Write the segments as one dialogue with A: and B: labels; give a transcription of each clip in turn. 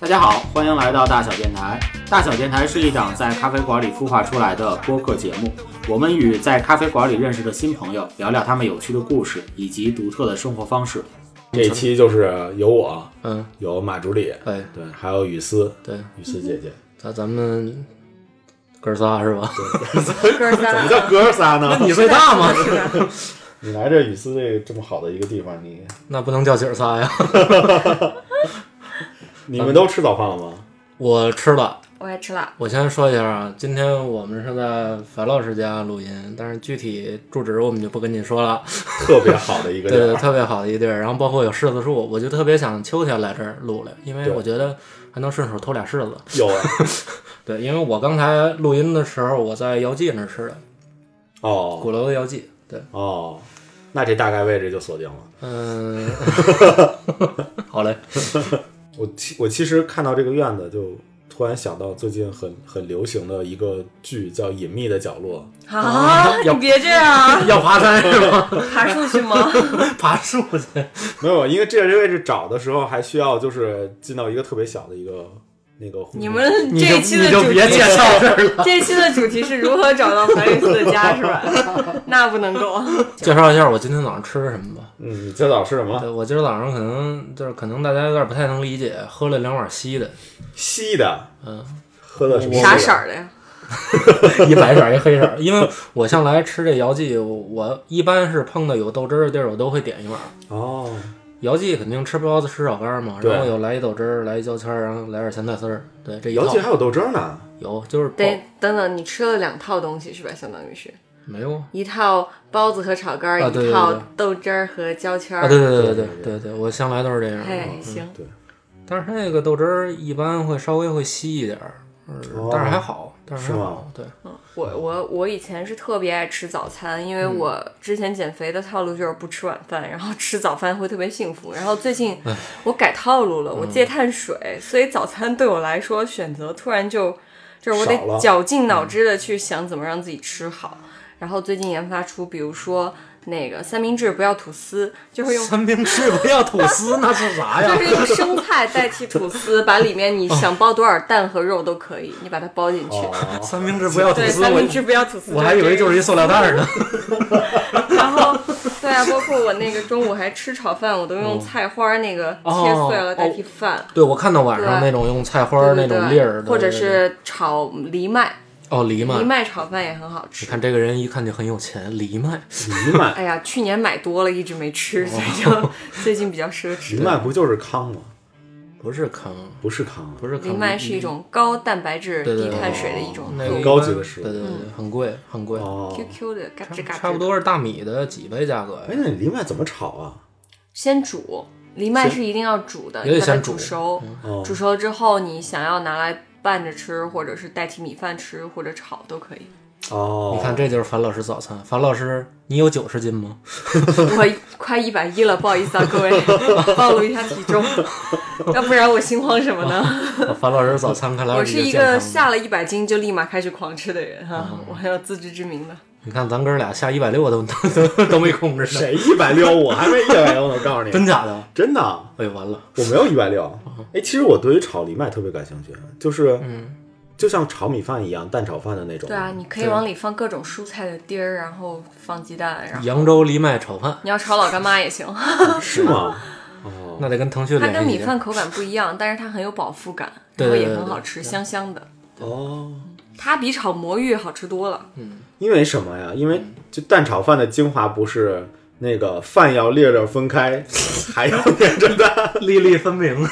A: 大家好，欢迎来到大小电台。大小电台是一档在咖啡馆里孵化出来的播客节目，我们与在咖啡馆里认识的新朋友聊聊他们有趣的故事以及独特的生活方式。
B: 这一期就是有我，
C: 嗯，
B: 有马助理，
C: 对
B: 对，还有雨丝，
C: 对，
B: 雨丝姐姐，
C: 那咱们哥仨 是吧？
D: 哥仨
B: 怎么叫哥仨呢？
C: 你最大 吗？
D: 是的，
B: 你来这雨丝这这么好的一个地方，你
C: 那不能叫姐儿仨呀。
B: 你们都吃早饭了吗？
C: 我吃了，
D: 我也吃了，
C: 我先说一下啊，今天我们是在樊老师家录音，但是具体住址我们就不跟你说了。
B: 特别好的一个
C: 对
B: 地
C: 对，
B: 儿，
C: 特别好的一地儿，然后包括有柿子树，我就特别想秋天来这儿录来，因为
B: 对
C: 我觉得还能顺手偷俩柿子。
B: 有 啊
C: 对，因为我刚才录音的时候，我在姚记那儿吃的，
B: 哦
C: 鼓楼的姚记。对，
B: 哦，那这大概位置就锁定了。
C: 嗯， 好嘞，
B: 我其我其实看到这个院子，就突然想到最近很很流行的一个剧叫《隐秘的角落
D: 啊，你别这样，
C: 要爬山是吗？
D: 爬树去吗？
C: 爬树去。》，
B: 没有，因为这这位置找的时候还需要就是进到一个特别小的一个那个
D: 你们
C: 你就
D: 这一期的
C: 你就
D: 主题
C: 别介绍这儿了，
D: 这一期的主题是如何找到怀瑞斯的家，是吧？那不能够， 啊
C: 介绍一下我今天早上吃什么吧。
B: 嗯，你最早吃什么？
C: 对我今儿早上可能就是可能大家有点不太能理解，喝了两碗稀 的，
B: 稀的，
C: 嗯，
B: 喝的什么？
D: 啥色？儿的呀？
C: 一白色儿一黑色儿。因为我向来吃这姚记，我我一般是碰到有豆汁儿的地儿，我都会点一碗。
B: 哦，
C: 姚记肯定吃包子吃炒肝嘛，
B: 对
C: 然后有来一豆汁儿，来一焦圈儿，然后来点咸菜丝儿，对，这一
B: 姚
C: 套
B: 记哦还有豆汁儿呢。
C: 有就是包
D: 得等等，你吃了两套东西是吧？相当于是
C: 没有啊？
D: 一套包子和炒肝儿，
C: 啊对
D: 一套
C: 对对啊
D: 豆汁儿和焦圈儿。
C: 对嗯对对
B: 对
C: 对
B: 对
C: 对对，我向来都是这样。
D: 哎，行，
B: 对，
C: 但是那个豆汁儿一般会稍微会稀一点儿，呃
B: 哦
C: 但是还好，但是还
B: 是吗
C: 好，对。
D: 我我我以前是特别爱吃早餐，因为
C: 嗯
D: 我之前减肥的套路就是不吃晚饭，然后吃早饭会特别幸福。然后最近我改套路了，我
C: 嗯
D: 戒碳水，所以早餐对我来说选择突然就就是我
B: 少了
D: 得绞尽脑
C: 嗯
D: 汁的去想怎么让自己吃好。然后最近研发出，比如说那个三明治不要吐司，就是用
C: 三明治不要吐司，那是啥
D: 就
C: 呀？
D: 是用生菜 代替吐司，把里面
C: 哦
D: 你想包多少蛋和肉都可以，你把它包进去。
B: 哦，
C: 三明治不要吐
D: 对，
C: 司，
D: 三明
C: 我
D: 治不要吐司。
C: 我还以为就是一塑料袋呢。
D: 然后，对啊，包括我那个中午还吃炒饭，我都
C: 哦
D: 用菜花儿那个切碎了代替饭，
C: 对，我看到晚上那种用菜花哦儿
D: 对
C: 那
D: 对
C: 种
D: 对
C: 粒儿的，
D: 或
C: 对对
D: 者
C: 对
D: 是炒藜麦，
C: 哦藜
D: 藜
C: 麦。
D: 麦炒饭也很好
C: 你
D: 吃。
C: 看这个人一看就很有钱，藜麦。
B: 藜麦，
D: 哎呀，去年买多了，一直没吃，
C: 哦
D: 所 以就最近比较奢
B: 藜
D: 侈。
B: 麦不就是糠吗？
C: 不是坑，
B: 不是啊糠，
C: 不是
D: 藜
C: 坑。
D: 麦是一种高蛋白质、
C: 嗯对对
D: 低
C: 对哦
D: 碳水的一种
C: 那
D: 作
C: 个
D: 物
C: 一般
B: 高级的食物
C: 对对对，对很贵很贵，
B: 哦。
D: QQ 的，嘎嗯吱嘎吱。
C: 差不。多是大米的几倍价格
B: 哎，
C: 呀。
B: 那你藜麦怎么炒啊？
D: 先煮，藜麦
B: 先
D: 是一定要煮的，
C: 也得
D: 把它
C: 先
D: 煮
C: 煮嗯
D: 熟。
B: 哦
D: 煮熟之后，你想要拿来拌着吃，或者是代替米饭吃，或者炒都可以。
B: 哦，
C: 你看，这就是樊老师早餐。樊老师，你有九十斤吗？
D: 我快一百一了，不好意思啊，各位，暴露一下体重，要不然我心慌什么呢？
C: 樊老师早餐看来
D: 我
C: 比
D: 是
C: 较
D: 一
C: 健康
D: 个
C: 的嗯
D: 下了一百斤就立马开始狂吃的人哈、我很有自知之明的。
C: 你看咱哥俩下一百六都都都都没控制 呢，
B: 谁一百六？我还没一百六呢，我告诉你，
C: 真假的？
B: 真的，啊
C: 哎呦完了，
B: 我没有一百六。哎，其实我对于炒藜麦特别感兴趣，啊就是就像炒米饭一样，蛋炒饭的那种。
D: 对啊，你可以往里放各种蔬菜的丁儿，然后放鸡蛋，然后
C: 扬州藜麦炒饭，
D: 你要炒老干妈也行。
B: 是吗？
C: 那得跟腾讯
D: 它
C: 联系一
D: 跟
C: 下。
D: 米饭口感不一样，但是它很有饱腹感，
C: 对
D: 然后
C: 对
D: 也
C: 对
D: 很
C: 对
D: 好吃，香香的。
B: 哦，
D: 它比炒魔芋好吃多了。
C: 嗯
B: 因为什么呀？因为就蛋炒饭的精华不是那个饭要粒粒分开，还要连着蛋。
C: 粒粒分明。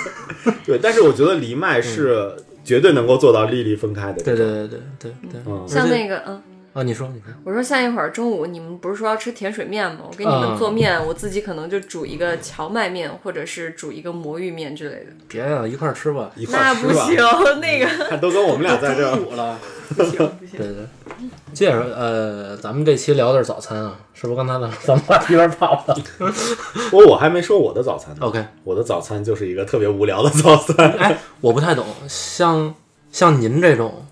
B: 对，但是我觉得藜麦是绝对能够做到粒粒分开的。
C: 对对对对对对
B: 嗯，
D: 像
C: 个
D: 那个，嗯，
C: 啊，你说你说，
D: 我说像一会儿中午你们不是说要吃甜水面吗？我给你们
C: 嗯
D: 做面，我自己可能就煮一个荞麦面，或者是煮一个魔芋面之类的。
C: 别啊，一块儿吃吧。
B: 一块
D: 那
B: 儿吃
D: 不
B: 吧。
D: 行，那个
B: 看都跟我们俩在 这儿，
C: 了。
D: 不行不
C: 对
D: 行。
C: 对，接着呃，咱们这期聊的是早餐啊，是不是？刚才咱们 咱们话题有点跑了。
B: 我我还没说我的早餐呢。
C: OK，
B: 我的早餐就是一个特别无聊的早餐。
C: 哎， 我不太懂，像像您这种。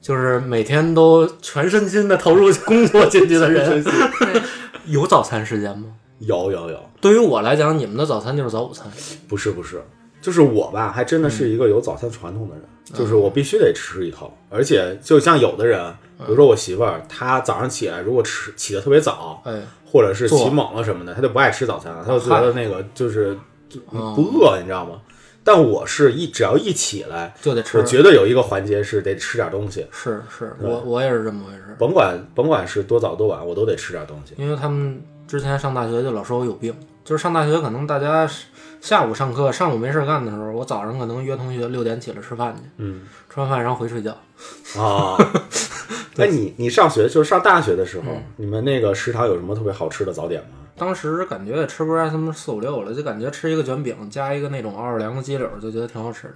C: 就是每天都全身心的投入工作进去的人，
D: 对，
C: 有早餐时间吗？
B: 有有有，
C: 对于我来讲，你们的早餐就是早午餐。
B: 不是不是，就是我吧，还真的是一个有早餐传统的人，
C: 嗯
B: 就是我必须得吃一口。而且就像有的人，比如说我媳妇儿，她早上起来如果吃起得特别早，
C: 哎，
B: 或者是
C: 做
B: 起猛了什么的，她就不爱吃早餐了，她就觉得那个就是就
C: 哦
B: 不饿，你知道吗？但我是一只要一起来，
C: 就得吃
B: 我绝对有一个环节是得吃点东西，
C: 是是，我我也是这么回事，
B: 甭管甭管是多早多晚，我都得吃点东西。
C: 因为他们之前上大学就老说我有病，就是上大学可能大家是下午上课，上午没事干的时候，我早上可能约同学六点起来吃饭去，
B: 嗯
C: 吃完饭然后回睡觉。
B: 啊，那你你上学就是上大学的时候，
C: 嗯
B: 你们那个食堂有什么特别好吃的早点吗？
C: 当时感觉也吃不出来他们四五六了，就感觉吃一个卷饼加一个那种奥尔良的鸡柳，就觉得挺好吃的。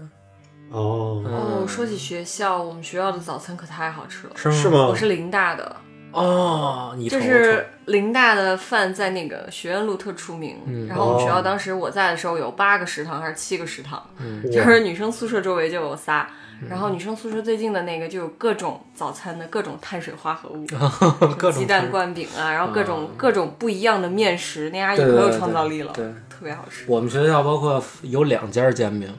B: 哦，
D: 哦，
C: 嗯，
D: 说起学校，我们学校的早餐可太好吃了。
C: 是吗？
B: 是？吗
D: 我？是林大的，
C: 哦，你瞅
D: 就
C: 瞅
D: 是林大的饭在那个学院路特出名。然后我们学校当时我在的时候有八个食堂还是七个食堂，
C: 嗯
D: 就是女生宿舍周围就有仨。然后女生宿舍最近的那个就有各种早餐的各种碳水化合
C: 哦
D: 物，
C: 各种
D: 鸡蛋灌饼啊，然后各种、各种不一样的面食，那阿姨
C: 对
D: 可
C: 对
D: 有
C: 对
D: 创造力了，
C: 对
D: 特别好吃。
C: 我们学校包括有两家煎饼，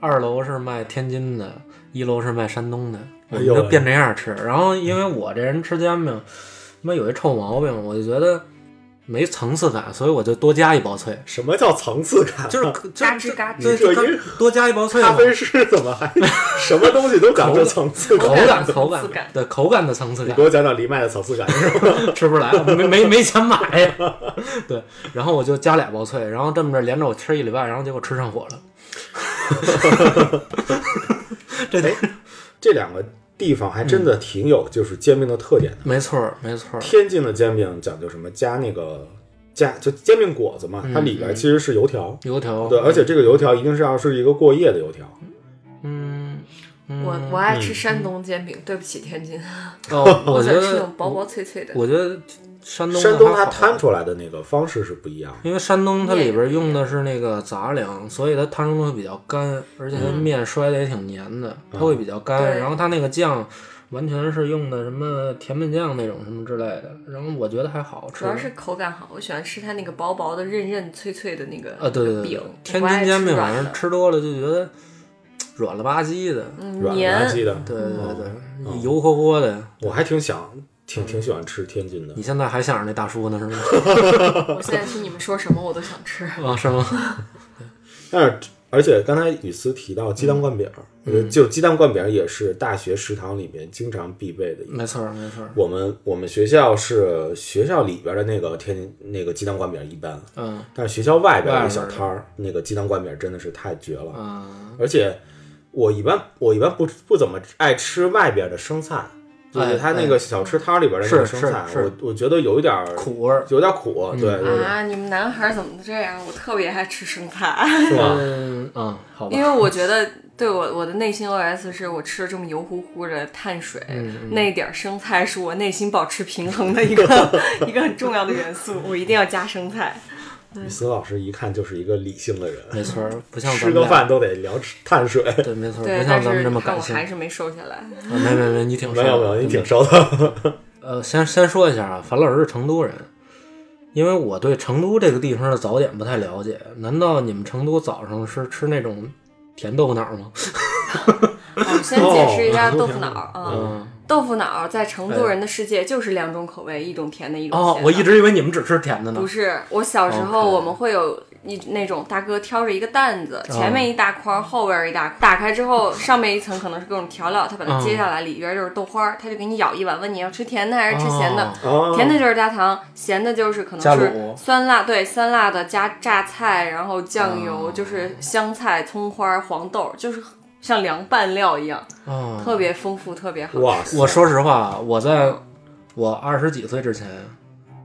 C: 二楼是卖天津的，一楼是卖山东的，我们
B: 哎呦
C: 就
B: 喂
C: 变这样吃。然后因为我这人吃煎饼，他妈有一臭毛病，我就觉得没层次感，所以我就多加一薄脆，
B: 什么叫层次感？
C: 就是
D: 嘎吱嘎吱
C: 对，
B: 这
C: 就
B: 一
C: 干多加一薄脆嘛
B: 咖，啡师怎么 还什么东西都讲究层次
C: 口
B: 感？
C: 感
D: 口
C: 口
D: 感
C: 感对口感的层次
B: 你
C: 感
B: 给。我讲讲藜麦的层次感是吗？
C: 吃不来，没没没钱买呀。 对，然后我就加俩薄脆，然后这么着连着我吃一礼拜，然后结果吃上火了。
B: 哎这两个地方还真的
C: 嗯
B: 挺有就是煎饼的特点的。
C: 没错儿，没错儿，
B: 天津的煎饼讲究什么？加那个加就煎饼果子嘛，
C: 嗯
B: 它里边其实是油条，
C: 油条。
B: 对，而且这个油条一定是要是一个过夜的油条。
C: 嗯，嗯
D: 我我爱吃山东煎饼，对不起天津，
C: 哦，我
D: 我
C: 觉
D: 想吃那
C: 得
D: 种薄薄脆脆的。
C: 我觉得山东
B: 山东它
C: 它
B: 摊，出来的那个方式是不一样的。
C: 因为山东它里边用的是那个杂粮，所以它摊出的会比较干，而且
B: 嗯
C: 它面摔的也挺黏的，它会比较干。
D: 对
C: 然后它那个酱。完全是用的什么甜面酱那种什么之类的，然后我觉得还好吃。
D: 主要是口感好，我喜欢吃它那个薄薄的、韧韧脆脆的那个
C: 啊，对对对
D: 饼
C: 对，。
D: 我
C: 天
D: 不爱
C: 津煎饼
D: 吃
C: 反
D: 软
C: 正
D: 的，嗯
C: 吃多了就觉得软了吧唧的，
B: 软
D: 黏
B: 垃圾的，
C: 对对对，
B: 哦
C: 油乎乎的。
B: 我还挺想，挺
C: 嗯
B: 挺喜欢吃天津的
C: 你。现在还想着那大叔呢是 吗？
D: 我现在听你们说什么我都想吃。
C: 啊，是吗？
B: 但是，而且刚才雨思提到鸡蛋
C: 嗯
B: 灌饼儿，我觉得就鸡蛋灌饼儿也是大学食堂里面经常必备的一个。
C: 没错儿没错儿，
B: 我们我们学校是学校里边的那个天津那个鸡蛋灌饼儿一般，
C: 嗯
B: 但是学校外边
C: 外
B: 儿那
C: 边儿
B: 小摊儿那个鸡蛋灌饼儿真的是太绝了。
C: 嗯，
B: 而且我一般我一般不不怎么爱吃外边的生菜，就是他那个小吃摊里边的那个生菜
C: 哎哎，哎是是
B: 我我觉得有一点儿
C: 苦嗯味儿。
B: 有点苦，对对对，
D: 啊，你们男孩儿怎么这样？我特别爱吃生菜，
B: 是吧？
C: 嗯嗯，好吧
D: 因。为我觉得对我我的内心 OS 是我吃了这么油乎乎的碳水，
C: 嗯
D: 那点儿生菜是我内心保持平衡的 一个一个很重要的元素，我一定要加生菜。
B: 李思老师一看就是一个理性的人，
C: 没错儿，不像咱
B: 吃
C: 们
B: 个
C: 俩
B: 饭都得聊吃碳 水。
C: 对，没错儿，
D: 对
C: 不，像
D: 但
C: 咱们
D: 是
C: 这么
D: 你看
C: 感
D: 我
C: 性。
D: 还是没瘦下来。
C: 啊没没没，你挺
B: 没有没有，你
C: 你
B: 挺瘦的。
C: 呃，先先说一下啊，樊老师是成都人，因为我对成都这个地方的早点不太了解。难道你们成都早上是吃那种甜豆腐脑吗？
D: 我先解释一下
B: 哦
D: 豆腐脑儿啊。
C: 嗯，
D: 豆腐脑儿在成都人的世界就是两种口味，一种甜的，一种咸
C: 哦
D: 的。，
C: 我一直以为你们只吃甜的呢
D: 不。是，我小时
C: OK
D: 候我们会有一那种大哥挑着一个担子，
C: 嗯
D: 前面一大块儿，后边儿一大块儿，打开之后上面一层可能是各种调料，他把
C: 嗯
D: 它揭下来，里边儿就是豆花儿，他就给你舀一碗，问你要吃甜的还是吃咸的。
B: 哦
D: 甜的就是加糖，咸的就是可
C: 加
D: 能是
C: 卤
D: 酸辣，对，酸辣的加榨菜，然后酱
C: 哦
D: 油，就是香菜、葱花、黄豆，就是像凉拌料一样，
C: 哦，
D: 特别丰富，特别好吃。
B: 哇塞，
C: 我说实话，啊我在我二十几岁之前，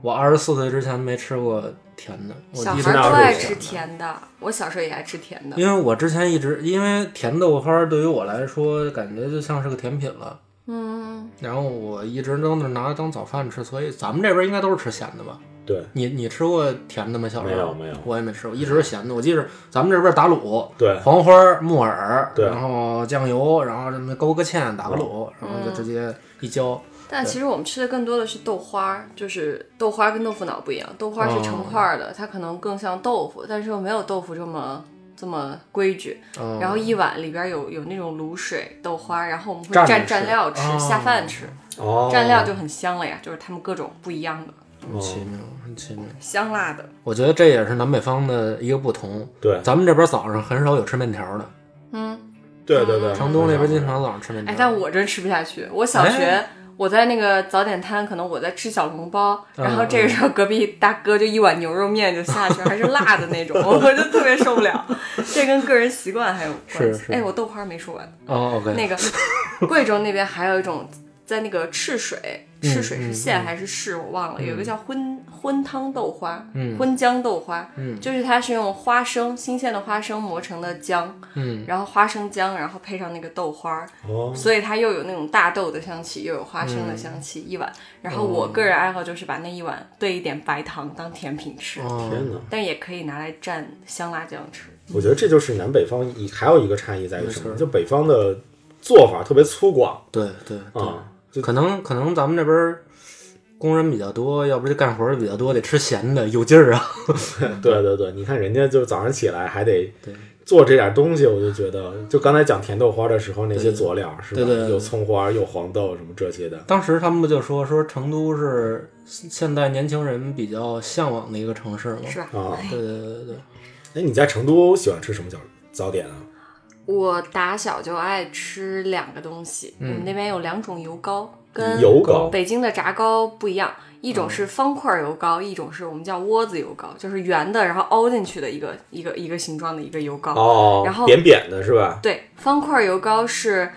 C: 我二十四岁之前没吃过甜的。我
D: 小
C: 一
D: 孩
C: 直
D: 儿
B: 道
D: 都
B: 是
D: 爱
B: 这
D: 吃
B: 样的
D: 甜的，我小时候也爱吃甜的。
C: 因为我之前一直因为甜豆花对于我来说感觉就像是个甜品了，
D: 嗯，
C: 然后我一直都是拿它当早饭吃，所以咱们这边应该都是吃咸的吧？
B: 对
C: 你你吃过甜的吗？小时候
B: 没有没有
C: 我也没吃过，一直是咸的。我记着咱们这边打卤，
B: 对，
C: 黄花、木耳，
B: 对嗯
C: 然后酱油，然后这么勾个芡，打个卤，然后就直接一浇。
D: 但其实我们吃的更多的是豆花儿，就是豆
B: 哦
D: 花儿跟豆腐脑不一样，豆花儿是成块儿的，它可能更像豆腐，但是又没有豆腐这么这么规矩，
B: 哦
C: 嗯
D: 然后一碗里边有有那种卤水、豆花，然后我们会
B: 蘸着
D: 蘸
B: 吃
D: 蘸料吃，
C: 哦
D: 下饭吃，
B: 哦，
D: 蘸料就很香了呀，就是他们各种不一样的
B: 嗯
C: 很奇妙，很奇妙。
D: 香辣的，
C: 我觉得这也是南北方的一个不同。
B: 对
C: 咱们这边早上很少有吃面条的，
D: 嗯，
B: 对对对，
C: 成都那边经常早上吃面条。
D: 哎，但我真吃不下去，我小学。
C: 哎
D: 我在那个早点摊，可能我在吃小笼包，
C: 嗯
D: 然后这个时候隔壁大哥就一碗牛肉面就下去，还是辣的那种， 我就特别受不了。这跟个人习惯还有关
C: 是
D: 系。
C: 是
D: 哎，我豆花没说完。
C: 哦，OK，
D: 那个贵州那边还有一种，在那个赤水，
C: 嗯
D: 赤水是县
C: 嗯
D: 还是市，我忘了，有一个叫荤荤汤豆花，
C: 嗯
D: 荤姜豆花，
C: 嗯
D: 就是它是用花生新鲜的花生磨成的姜，
C: 嗯
D: 然后花生姜，然后配上那个豆花儿，
B: 哦，
D: 所以它又有那种大豆的香气，又有花生的香气，一碗。然后
B: 嗯
D: 我个人爱好就是把那一碗兑一点白糖当甜品吃，
C: 哦，
B: 天哪！
D: 但也可以拿来蘸香辣酱吃。
B: 我觉得这就是南北方一还有一个差异在于什么？就北方的做法特别粗犷
C: 对对对，
B: 啊，就
C: 可能可能咱们这边工人比较多，要不就干活的比较多，得吃咸的有劲儿啊。
B: 对对对，你看人家就早上起来还得做这点东西，我就觉得，就刚才讲甜豆花的时候，那些佐料是吧？
C: 对对对
B: 有葱花，有黄豆什么这些的。
C: 当时他们不就说说成都是现代年轻人比较向往的一个城市吗？
D: 是吧
B: 啊
C: 对对对对对，
B: 哎，你在成都喜欢吃什么早早点啊？
D: 我打小就爱吃两个东西，我们那边有两种油糕，跟
B: 嗯油糕嗯
D: 北京的炸糕不一样，一种是方块油糕，一种是我们叫窝子油糕，就是圆的，然后凹进去的一个一个一个形状的一个油糕。
B: 哦，
D: 然后
B: 扁扁的是吧？
D: 对，方块油糕是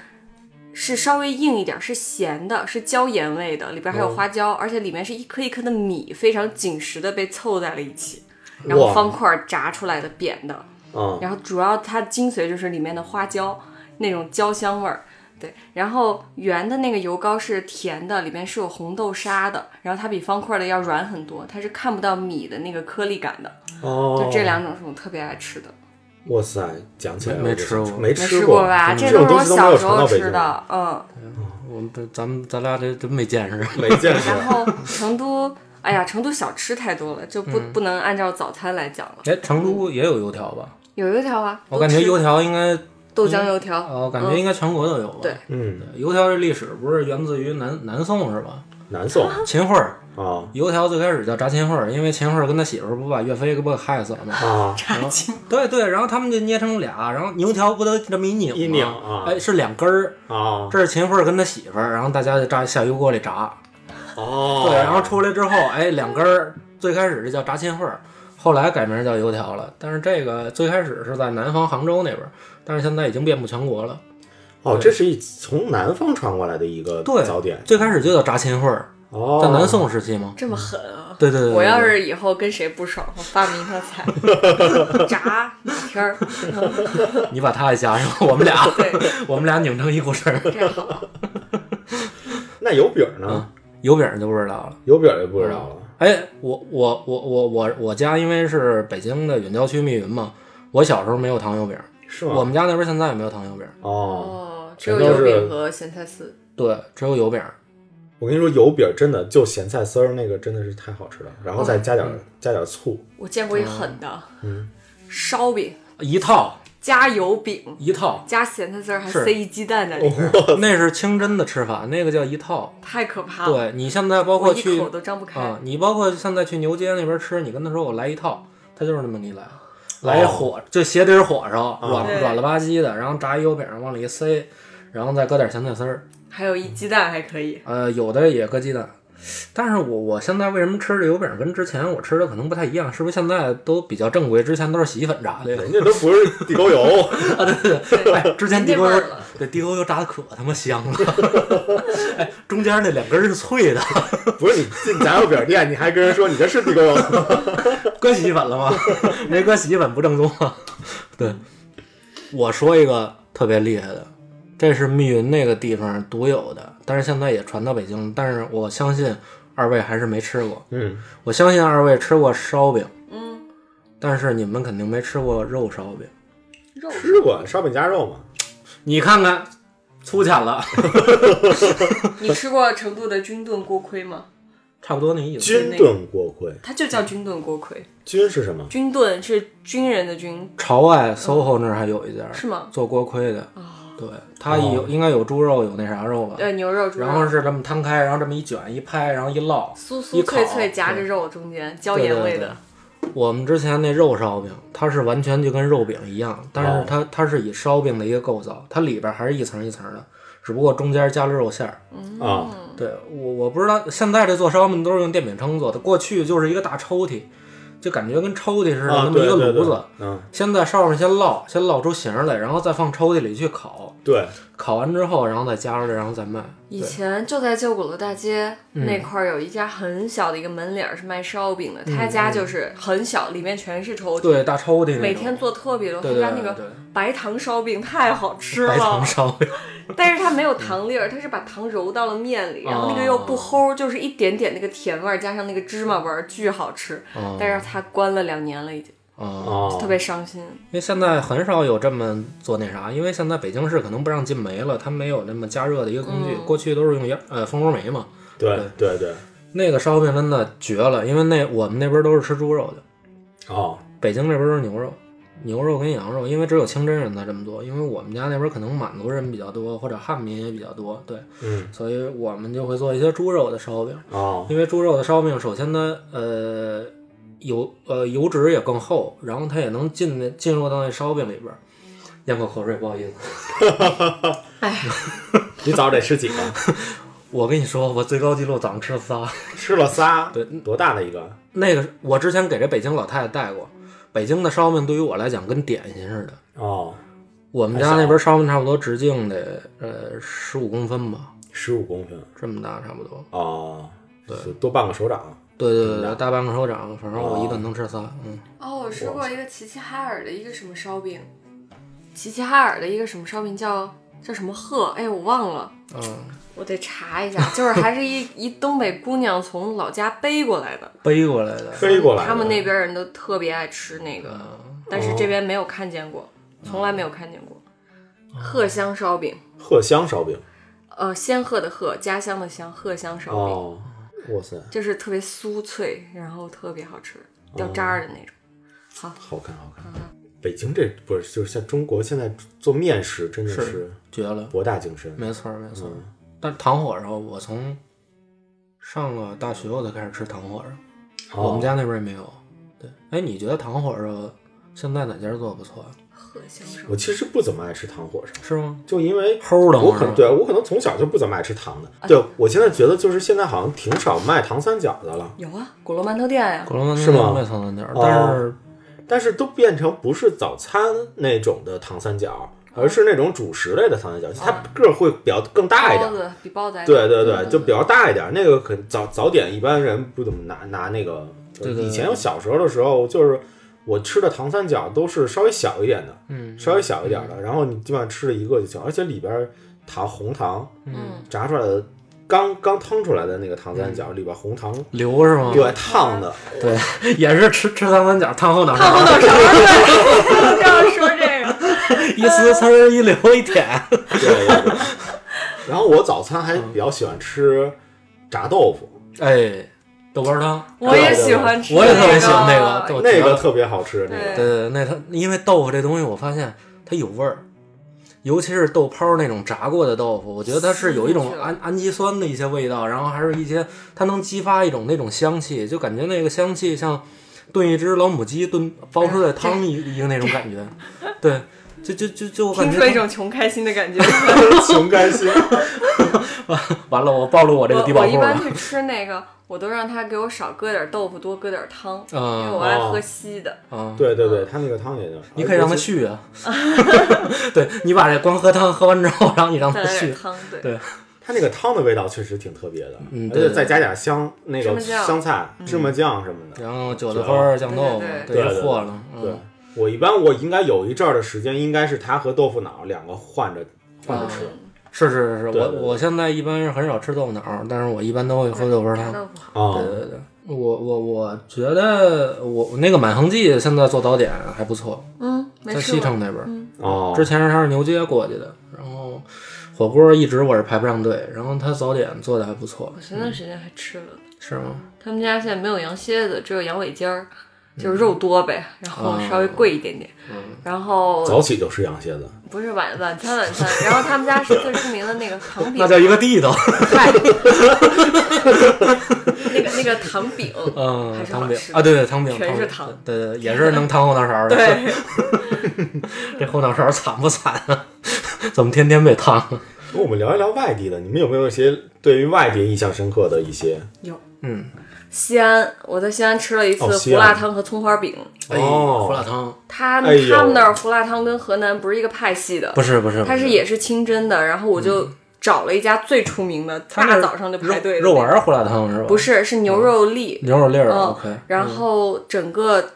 D: 是稍微硬一点，是咸的，是椒盐味的，里边
B: 哦
D: 还有花椒，而且里面是一颗一颗的米，非常紧实的被凑在了一起，然后
B: 哇
D: 方块炸出来的扁的。
B: 嗯，
D: 然后主要它精髓就是里面的花椒那种焦香味儿，对。然后圆的那个油糕是甜的，里面是有红豆沙的，然后它比方块的要软很多，它是看不到米的那个颗粒感的。
B: 哦，
D: 就这两种是我特别爱吃的，
B: 哇塞，讲起来
C: 没
B: 我就想
C: 没吃过
B: 没
D: 没
B: 吃嗯
D: 吃过吧？
B: 这
D: 这都
B: 种东
D: 是我
B: 西都没有
D: 小时
B: 传到
D: 候
B: 北
D: 吃
B: 京，
D: 的，嗯。
C: 我们咱们咱俩这真没见识。
B: 没见识
D: 然后成都，哎呀，成都小吃太多了，就
C: 嗯
D: 不不能按照早餐来讲了。
C: 哎，成都也有油条吧？
D: 有油条啊，
C: 我感觉
D: 都吃
C: 油条应该，
D: 豆浆油条，
C: 啊我感觉应该全国都有吧。
D: 对
B: 嗯，
C: 油条这历史不是源自于南南宋是吧？
B: 南宋
D: 嗯
C: 秦桧儿
B: 啊
C: 油条最开始叫炸秦桧儿，因为秦桧儿跟他媳妇儿不把岳飞给不害死了吗？
B: 啊，
D: 炸鸡
C: 对对，然后他们就捏成俩，然后油条不都这么一拧吗
B: 一拧啊
C: 哎，是两根儿。
B: 啊
C: 这是秦桧儿跟他媳妇儿，然后大家就炸下油锅里炸。
B: 哦，
C: 对，然后出来之后，哎，两根儿最开始这叫炸秦桧儿，后来改名叫油条了。但是这个最开始是在南方杭州那边儿，但是现在已经遍布全国了。
B: 哦，这是一从南方传过来的一个
C: 对，
B: 早点
C: 最开始就叫炸秦桧儿，
B: 哦，
C: 在南宋时期嘛。
D: 这么狠啊！
C: 对对对对，
D: 我要
C: 对
D: 是以后跟谁不爽，我发明一道菜， 炸马天儿，
C: 你把他也加上， 我们俩，
D: 对，
C: 我们俩拧成一股绳儿。
D: 这样好。
B: 那油饼呢？
C: 油饼儿就不知道了。
B: 油饼就不知道了。
C: 哎，我我我我我我家因为是北京的远郊区密云嘛，我小时候没有糖油饼儿，
B: 是吗？
C: 嗯我们家那边现在也没有糖油饼儿，
B: 哦，
D: 哦，只
B: 全
D: 有
B: 都
D: 油
B: 是
D: 饼和咸菜丝。
C: 对，只有油饼儿。
B: 我跟你说，油饼儿真的就咸菜丝儿那个真的是太好吃了，然后
C: 嗯
B: 再加点儿、加点儿醋，
D: 我见过一
C: 哦
D: 狠的，烧饼
C: 一套
D: 加油饼
C: 一 套，
D: 加咸菜丝儿，还
C: 是哦
D: 塞一鸡蛋在里边儿，
C: 那是清真的吃法，那个叫一套。
D: 太可怕了。
C: 对你现在包括
D: 啊我一
C: 去
D: 口都张不开。
C: 啊，你包括现在去牛街那边吃，你跟他说我来一套，他就是那么给你来，来一火就鞋底儿火烧，软
D: 对
C: 软了吧唧的，然后炸一油饼往里一塞，然后再搁点咸菜丝儿，
D: 还有一鸡蛋还可以，
C: 呃，有的也搁鸡蛋。但是我我现在为什么吃这油饼跟之前我吃的可能不太一样？是不是现在都比较正规？之前都是洗衣粉炸的呀。
B: 人家都不是地沟油。
C: 啊，对 对对，哎，之前地沟
D: 人
C: 油
D: 家味儿了，
C: 对地沟油炸的可他妈香了，哎， 中间那两根儿是脆的，
B: 不是你进炸油饼店，你还跟人说你这是地沟油？
C: 搁洗衣粉了吗？ 没搁洗衣粉不正宗啊。 对，我说一个特别厉害的，这是密云那个地方独有的，但是现在也传到北京，但是我相信二位还是没吃过。
B: 嗯，
C: 我相信二位吃过烧饼，
D: 嗯，
C: 但是你们肯定没吃过肉烧饼。
D: 肉
B: 吃过烧饼夹肉嘛？
C: 你看看，粗浅了，
D: 你吃过成都的军炖锅盔吗？
C: 差不多那意思。
B: 军炖锅盔，
D: 它就叫军炖锅盔。
B: 军是什么？
D: 军炖是军人的军，
C: 朝外 SOHO 那儿还有一家，
D: 是吗哦
C: 做锅盔的，对，它有应该有猪肉，有那啥肉吧，
D: 呃，牛肉、猪肉，
C: 然后是这么摊开，然后这么一卷一拍，然后一烙，
D: 酥
C: 一
D: 酥
C: 烤
D: 脆脆夹着肉，中间椒盐味的。
C: 我们之前那肉烧饼，它是完全就跟肉饼一样，但
B: 哦
C: 是它它是以烧饼的一个构造，它里边还是一层一层的，只不过中间加了肉馅儿。
B: 啊，
C: 对我我不知道现在这做烧饼都是用电饼铛做的，过去就是一个大抽屉，就感觉跟抽屉似的、
B: 啊
C: 那么一个
B: 对对
C: 炉子。
B: 对嗯，
C: 先在烧上先烙，先烙出形儿来，然后再放抽屉里去烤，
B: 对，
C: 烤完之后，然后再加出来，然后再卖。
D: 以前就在旧鼓楼大街
C: 嗯
D: 那块儿有一家很小的一个门脸儿是卖烧饼
C: 嗯
D: 的，他家就是很小，里面全是抽屉，
C: 对，大抽屉那种
D: 每天做特别多。
C: 对
D: 他
C: 对
D: 家
C: 对
D: 那
C: 对
D: 个白糖烧饼太好吃
C: 白糖
D: 了，
C: 烧 饼，
D: 但是它没有糖粒儿，它是把糖揉到了面里，
C: 哦
D: 然后那个又不齁，就是一点点那个甜味儿加上那个芝麻味儿，巨好吃。
B: 嗯
C: 哦
D: 但是它关了两年了，已经
C: 啊，
B: 啊，
D: 特别伤心。
C: 因为现在很少有这么做那啥，因为现在北京市可能不让进煤了，它没有那么加热的一个工
D: 嗯
C: 具，过去都是用烟呃蜂窝煤嘛。
B: 对对对，
C: 那个烧饼真的绝了，因为那我们那边都是吃猪肉的，
B: 哦，
C: 北京这边都是牛肉，牛肉跟羊肉，因为只有清真人才这么做，因为我们家那边可能满族人比较多，或者汉民也比较多，对，
B: 嗯，
C: 所以我们就会做一些猪肉的烧饼，
B: 哦，
C: 因为猪肉的烧饼，首先它呃油呃油脂也更厚，然后它也能进那进入到那烧饼里边儿。咽口口水，不好意思。
B: 你早上得吃几个？
C: 我跟你说，我最高记录早上吃了仨。
B: 吃了仨，
C: 对
B: 多大的一个？
C: 那个我之前给这北京老太太带过，北京的烧饼对于我来讲跟点心似的。
B: 哦，
C: 我们家那边烧饼差不多直径得呃十五公分吧，
B: 十五公分，
C: 这么大差不多。
B: 哦，就多半个手掌，
C: 对对对对，大半个手掌，反正我一顿能吃仨。嗯，
D: 哦，我吃过一个齐齐哈尔的一个什么烧饼，齐齐哈尔的一个什么烧饼叫叫什么鹤？哎，我忘了。
C: 嗯，
D: 我得查 一下，就是还是一一东北姑娘从老家背过来的，
C: 背过来的。
B: 飞过来的。嗯
D: 他们那边人都特别爱吃那个，
C: 呃
D: 但是这边没有看见过，
B: 哦
D: 从来没有看见过。鹤香烧饼，
B: 鹤香烧饼，
D: 呃，仙鹤的鹤，家乡的乡，鹤香烧饼，
B: 哦，哇塞，
D: 就是特别酥脆，然后特别好吃，
B: 哦
D: 掉渣儿的那种。
B: 好看好看。北京这不是就是像中国现在做面食真的是
C: 绝了，
B: 博大精深，
C: 没错儿没错儿。但糖火烧，我从上了大学我才开始吃糖火烧，
B: 哦
C: 我们家那边也没有。对，哎，你觉得糖火烧现在哪家做的不错啊？
D: 鹤香烧
B: 我
D: 饼
B: 其实不怎么爱吃糖火烧，
C: 是吗？
B: 就因为
C: 齁的
B: 我
C: 吗
B: 可能对我可能从小就不怎么爱吃糖
D: 啊
B: 的。对我现在觉得就是现在好像挺少卖糖三角的了，
D: 有啊，鼓楼馒头店呀、
C: 鼓楼馒头
B: 是吗
C: 卖糖三角儿，
B: 哦
C: 但是
B: 但是都变成不是早餐那种的糖三角，而是那种主食类的糖三角，它个儿会比较更大一
D: 啊包
B: 点。
D: 子比包子还
B: 对对对，就比较大一点。那个可早早点一般人不怎么拿拿那个。呃
C: 对对
B: 以前我小时候的时候，就是我吃的糖三角都是稍微小一点的，
C: 嗯，
B: 稍微小一点的，然后你基本上吃了一个就行，而且里边糖红糖
D: 嗯，
B: 炸出来的，刚刚汤出来的那个糖三
C: 嗯
B: 角里边红糖
C: 流是吗？
B: 对烫的，
C: 嗯对，也是吃吃糖三角，烫后脑勺，
D: 胖豆肠儿，就要说这个，
C: 一呲呲儿一流一舔。
B: 对对 对。然后我早餐还
C: 嗯
B: 比较喜欢吃炸豆腐，
C: 哎，豆瓣汤，
D: 我也喜欢吃、
C: 我也特别喜欢那个哦豆
D: 个。
C: 我
B: 那
C: 觉
B: 个
C: 得
B: 特别好吃，那
C: 对
B: 个
D: 对
C: 对对，那它因为豆腐这东西，我发现它有味儿，尤其是豆泡儿那种炸过的豆腐，我觉得它是有一种
D: 是
C: 氨氨基酸的一些味道，然后还是一些它能激发一种那种香气，就感觉那个香气像炖一只老母鸡炖煲出来
D: 哎
C: 汤一一个那种感觉，对，就就就就我感
D: 听
C: 觉
D: 出一种穷开心的 感觉。
B: 熊开心。
C: 完了，我暴露我这个低
D: 我
C: 保
D: 我
C: 户
D: 一般
C: 了。
D: 去吃那个，我都让他给我少搁点豆腐，多搁点 汤，
C: 嗯
D: 因为我爱
B: 哦
D: 喝稀的。
C: 啊，
B: 对对对，他那个汤也就
C: 你可以让它续啊， 对你把这光喝汤喝完之后，然后你让
D: 再
C: 它
D: 来点
C: 续，
D: 汤，对，
C: 对，
B: 它那个汤的味道确实挺特别的，
C: 嗯
B: 而
C: 对
B: 且再加点香那
D: 芝
B: 个
D: 麻酱嗯
B: 香菜、芝麻酱什么的。
C: 然后韭菜花儿酱豆腐，
D: 对
B: 对对
C: 这和了，
B: 对
C: 嗯，
B: 我一般我应该有一阵儿的时间，应该是它和豆腐脑两个换着换着吃。
C: 是是是是，
B: 对
C: 我
B: 对对
C: 我现在一般是很少吃豆腐脑儿，但是我一般都会喝豆瓣
D: 炸
C: 汤。
D: 豆腐好。
B: 啊
C: 对对对，我我我觉得我我那个满恒记现在做早点还不错，
D: 嗯，没
C: 在
D: 吃
C: 西
D: 过。嗯
C: 城那边儿。
B: 哦
C: 之前是他是牛街过去的，然后火锅一直我是排不上队，然后他早点做的还不错。
D: 我前段时间还吃了，
C: 是吗？
D: 他们家现在没有羊蝎子，只有羊尾尖儿，就是肉多呗，然后
C: 哦
D: 稍微贵一点点。
C: 嗯
D: 然后
B: 早起就吃羊蝎子，
D: 不是晚晚餐晚餐， 然后他们家是最出名的那个糖饼
C: 那，叫 一个地道。
D: 嗨，那个那个糖饼，
C: 嗯
D: 还，是好
C: 汤饼
D: 吃的
C: 啊，对对，汤饼，
D: 全是
C: 饼
D: 糖，
C: 对对，也是能烫后脑勺的。
D: 对，
C: 这后脑勺惨不惨啊？ 怎么天天被烫？啊
B: 那我们聊一聊外地的，你们有没有一些对于外地印象深刻的一些？
C: 嗯，
D: 西安，我在西安吃了一次
B: 哦西
D: 胡
B: 安
D: 辣汤和葱花饼。
C: 哎，
B: 哦
C: 胡辣汤
D: 他
B: 哎呦
D: 他们那儿胡辣汤跟河南不是一个派系的，
C: 不是不是，
D: 它
C: 不
D: 是也是清真的。然后我就找了一家最出名的，
C: 他们
D: 大早上就排队的
C: 肉肉
D: 那个
C: 丸嗯儿胡辣汤是吧？
D: 不是，是牛肉粒，
C: 牛肉粒儿
D: 嗯
C: ，OK。
D: 然后整个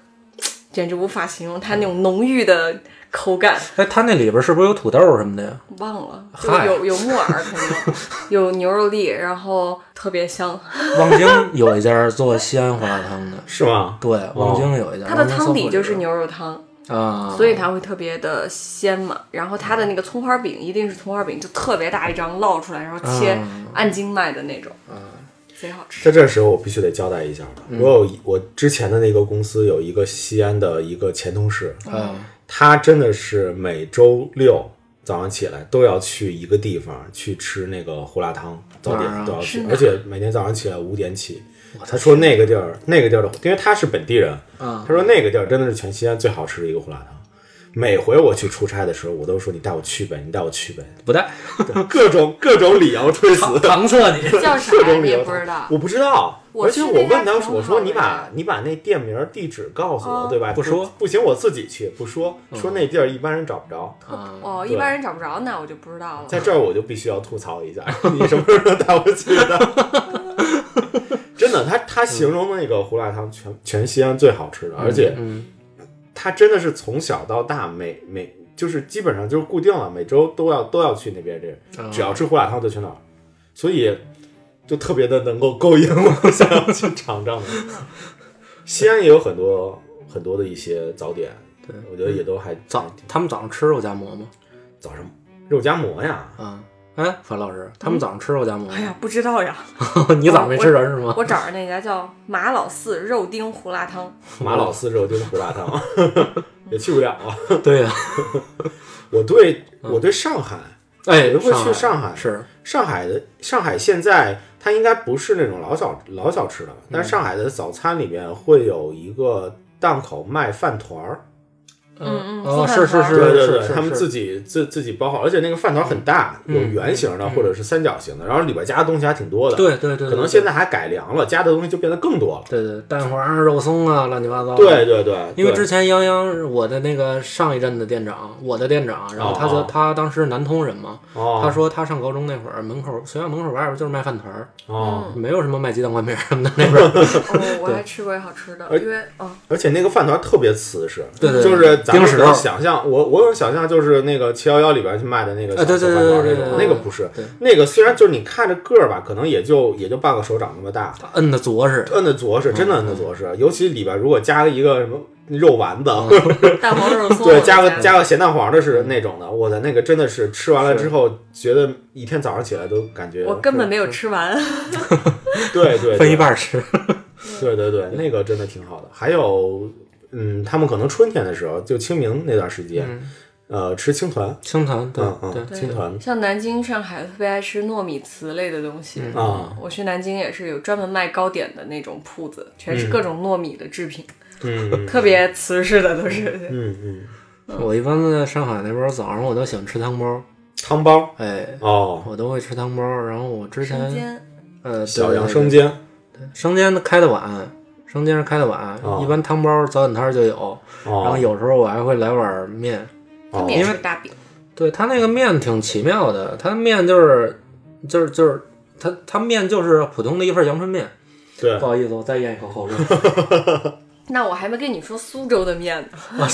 D: 简直无法形容它那种浓郁的口感，
C: 哎，它那里边是不是有土豆什么的呀？
D: 忘了，就
C: 嗨
D: 有有木耳肯定，有牛肉粒，然后特别香，
C: 望京有一家做西安胡辣汤的，
B: 是吗？
C: 对，望京有一家，
D: 它
B: 哦
D: 的
C: 望京
D: 汤底
C: 搜狐
D: 就是
C: 里边
D: 牛肉汤，
C: 啊，
D: 所以它会特别的鲜嘛。然后它的那个葱花饼一定是葱花饼，就特别大一张烙出来，然后切
C: 嗯
D: 按斤卖的那种， 贼好吃。
B: 嗯在这时候，我必须得交代一下了。
C: 嗯
B: 我有一我之前的那个公司有一个西安的一个前同事，
C: 嗯
B: 他真的是每周六早上起来都要去一个地方去吃那个胡辣汤，早
C: 哪儿啊
B: 点都要去
D: 是，哪儿
B: 而且每天早上起来五点起。他说那个地儿，那个地儿的，因为他是本地人，
C: 啊
B: 他说那个地儿真的是全西安最好吃的一个胡辣汤。每回我去出差的时候，我都说你带我去呗，你带我去 呗，
C: 不带
B: 各种各种理由推辞。
C: 搪塞你，
D: 叫啥
B: 各种
D: 你
B: 理
D: 也
B: 由
D: 不知道，
B: 我不知道。
D: 我
B: 而且
D: 去
B: 我
D: 那家
B: 问他，
D: 挺
B: 我说
D: 好
B: 你
D: 的
B: 把
D: 呀
B: 你把那店名儿、地址告诉我，
D: 哦嗯
B: 对吧？
C: 不说
B: 不行，我自己去，不说说那地儿一般人找不着。
C: 啊
D: 哦，一般人找不着，那我就不知道了。
B: 在这儿我就必须要吐槽一下，你什么时候能带我去的？ 真的，他
C: 嗯
B: 他形容那个胡辣汤全全西安最好吃的，而且
C: 嗯
B: 他真的是从小到大每每就是基本上就是固定了，每周都要都要去那边这
C: 啊
B: 只要吃胡辣汤就去那儿，所以就特别的能够勾引我想要去尝尝的。西安也有很多很多的一些早点，
C: 对嗯
B: 我觉得也都还
C: 早他们早上吃肉夹馍吗？
B: 早上肉夹馍呀，
C: 啊，哎，樊老师，他们早上吃肉夹馍吗
D: 哎，呀，不知道呀，
C: 你早上没吃着是吗？
D: 我找着那家叫马老四肉丁胡辣汤，
B: 马老四肉丁胡辣汤 也去不了啊。
C: 对呀，
B: 我对我对上海，
C: 嗯哎，
B: 我都会去
C: 上
B: 上海
C: 是
B: 上海的上海现在它应该不是那种老小老小吃
C: 嗯
B: 了，但是上海的早餐里面会有一个档口卖饭团儿。
D: 嗯嗯
C: 哦，
D: 做
C: 是是
D: 饭
C: 是
D: 团
B: 对对
C: 是是
B: 对，
C: 是，嗯
B: 他们自己自自己包好，而且那个饭团很大，有圆形的或者是三角形的，然后里边加的东西还挺多的。，
C: 对对对，
B: 可能
C: 对
B: 现在还改良了，加的东西就变得更多了。
C: 对对蛋黄啊、肉松啊，乱七八糟。
B: 对，对对，
C: 因为
B: 对
C: 之前泱泱我的那个上一任的店长，我的店长，然后他就
B: 哦
C: 他当时南通人嘛，
B: 哦
C: 他说他上高中那会儿，门口学校门口外边就是卖饭团儿，
B: 哦，
C: 没有什么卖鸡蛋灌饼什么的那 边儿。
D: 哦，我还吃过一好吃的，因为哦，
B: 而且那个饭团特别瓷实，
C: 对对对
B: 就是咱
C: 丁
B: 们
C: 石
B: 能想象，我我有想象就是那个七幺幺里边去卖的那个
C: 啊
B: 小
C: 对
B: 小
C: 对
B: 饭
C: 对
B: 团
C: 对
B: 那
C: 对
B: 种，
C: 对
B: 那个不是
C: 对，
B: 那个虽然就是你看着个儿吧，可能也就也就半个手掌那么大，
C: 他摁的着实，
B: 摁的着实，
C: 嗯
B: 真的摁的着实，尤其里边如果加一个什么肉丸子，
C: 嗯
D: 蛋黄肉 松，
B: 对，加个加个咸蛋黄的是那种的，
C: 嗯
B: 我的那个真的是吃完了之后，觉得一天早上起来都感觉
D: 我根本没有吃完，
B: 对对
C: 分一，半儿吃。
B: 对对对对，那个真的挺好的。还有，嗯，他们可能春天的时候，就清明那段时间，
D: 嗯
B: 呃，吃青团，
C: 青团，对
B: 嗯嗯，
C: 对，
B: 青团
D: 像南京、上海特别爱吃糯米糍类的东西。
C: 嗯
B: 啊，
D: 我去南京也是有专门卖糕点的那种铺子，全
C: 嗯
D: 是各种糯米的制品，
B: 嗯
D: 特别瓷实的都是。
B: 嗯嗯，
C: 我一般在上海那边儿早上我都喜欢吃汤包儿，
B: 汤包
C: 哎，
B: 哦，
C: 我都会吃汤包儿。然后我之
D: 生
C: 前
D: 煎
C: 呃，
B: 小羊
C: 生
B: 生煎
C: 生煎开的晚，生煎开的晚，
B: 哦
C: 一般汤包儿早点摊儿就有。然后
B: 哦，
C: 有时候我还会来碗儿面。
D: 他
B: 哦
D: 们也是大饼，
C: 对它那个面挺奇妙的，它面就是就是就是它它面就是普通的一份阳春面。
B: 对
C: 不，好意思，我再咽一口 口水。
D: 那我还没跟你说苏州的面呢，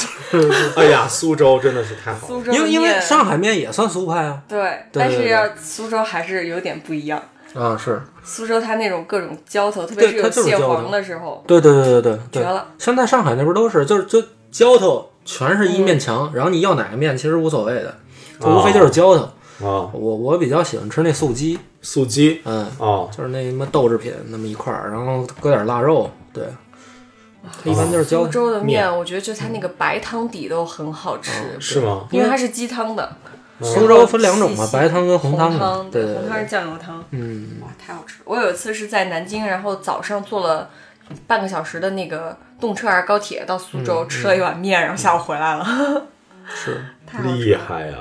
B: 哎呀，苏州真的是太好了，
D: 苏州的
C: 因为因为
D: 面
C: 上海面也算苏派啊。
D: 对，
C: 对
D: 但
C: 对
D: 是
C: 对
D: 要苏州还是有点不一样。
C: 啊，是
D: 苏州它那种各种浇头，特别是
C: 它
D: 有
C: 就是
D: 蟹
C: 浇头
D: 黄的时候，
C: 对对对对对对。
D: 绝了
C: 现在上海那边都是，就是就浇头全是一面墙，然后你要哪个面其实无所谓的，就无非就是浇头。
B: 啊
C: 我我比较喜欢吃那素鸡，
B: 素鸡
C: 嗯，
B: 哦，
C: 就是那什么豆制品那么一块儿，然后搁点腊肉，对，它一般就是浇
D: 福州的
B: 面
D: 面，我觉得就它那个白汤底都很好吃，
C: 哦
B: 是吗？
D: 因为它是鸡汤的。
C: 苏州分两种嘛，
D: 细细
C: 白汤跟红
D: 红
C: 汤嘛
D: 汤，
C: 对对
D: 红汤
C: 对
D: 是，酱油汤，嗯，哇，太好吃了！我有一次是在南京，然后早上坐了半个小时的那个动车还是高铁到苏
C: 嗯
D: 州，吃了一碗面，然后下午回来了，
C: 是
D: 太好吃
B: 厉
D: 了。
B: 害呀，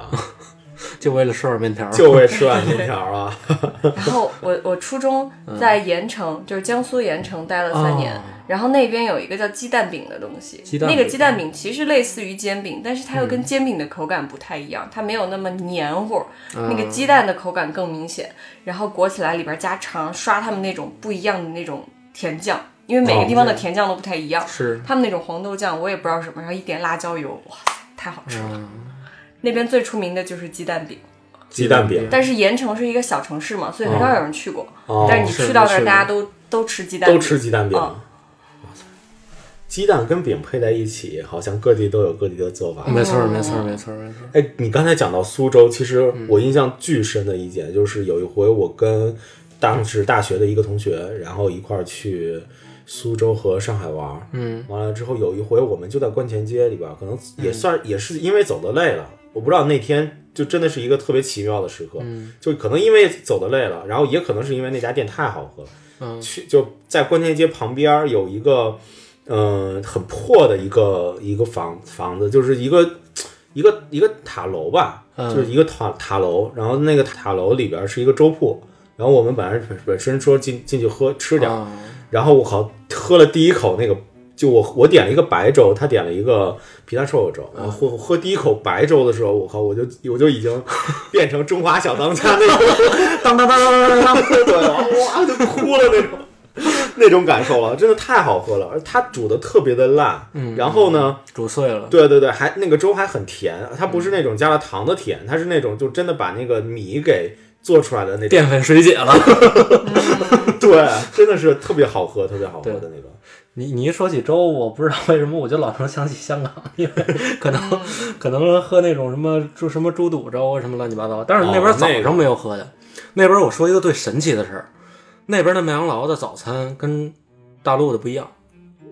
C: 就为了吃碗面条儿，哦
B: 就为吃碗面条啊！
D: 然后我我初中在盐城，就是江苏盐城待了三年
C: 嗯哦，
D: 然后那边有一个叫鸡蛋饼的东西
C: 鸡，蛋
D: 那
C: 饼嗯
D: 个鸡蛋饼其实类似于煎饼，但是它又跟煎饼的口感不太一样，它没有那么黏糊，
C: 嗯
D: 那个鸡蛋的口感更明显，然后裹起来里边加肠，刷他们那种不一样的那种甜酱，因为每个地方的甜酱都不太一样，
C: 是
D: 他们那种黄豆酱我也不知道什么，然后一点辣椒油，哇塞，太好吃了。
C: 嗯
D: 那边最出名的就是鸡蛋饼，
B: 鸡蛋饼
D: 但是盐城是一个小城市嘛，所以很少有人去过。
B: 哦
D: 但是你
C: 是
D: 去到那
C: 是
D: 儿，
C: 的
D: 大家都都吃鸡蛋饼，
B: 都吃鸡蛋饼，
D: 嗯
B: 鸡蛋跟饼配在一起，好像各地都有各地的做法。
C: 没错儿没
D: 嗯
C: 错儿没错儿没错儿，
B: 哎，你刚才讲到苏州，其实我印象巨深的一点就是有一回我跟当时大学的一个同学，然后一块儿去苏州和上海玩。嗯，完了之后有一回我们就在观前街里边儿，可能也算、也是因为走的累了，我不知道那天就真的是一个特别奇妙的时刻，就可能因为走的累了，然后也可能是因为那家店太好喝了，嗯、去就在观前街旁边儿有一个。嗯，很破的一个一个房房子，就是一个一个一个塔楼吧，就是一个塔塔楼，然后那个塔楼里边是一个粥铺，然后我们本来本本身说进进去喝吃点儿，
C: 啊
B: 然后我靠，喝了第一口那个，就我我点了一个白粥，他点了一个皮蛋瘦肉粥。我喝喝第一口白粥的时候，我靠，我就我就已经变成中华小当家那种当当当当当当当喝的，哇就哭了那种。那种感受了，真的太好喝了，而它煮的特别的烂，然后呢，
C: 煮碎了，
B: 对对对，还那个粥还很甜，它不是那种加了糖的甜，它是那种就真的把那个米给做出来的那种，
C: 淀粉水解了。
B: 对，真的是特别好喝，特别好喝的那个。
C: 你你一说起粥，我不知道为什么我就老能想起香港，因为可能、
D: 嗯
C: 可能喝那种什么猪什么猪肚粥啊什么乱七八糟，但是那边
B: 哦
C: 早
B: 那个
C: 上没有喝的。那边我说一个最神奇的事儿，那边的麦当劳的早餐跟大陆的不一样，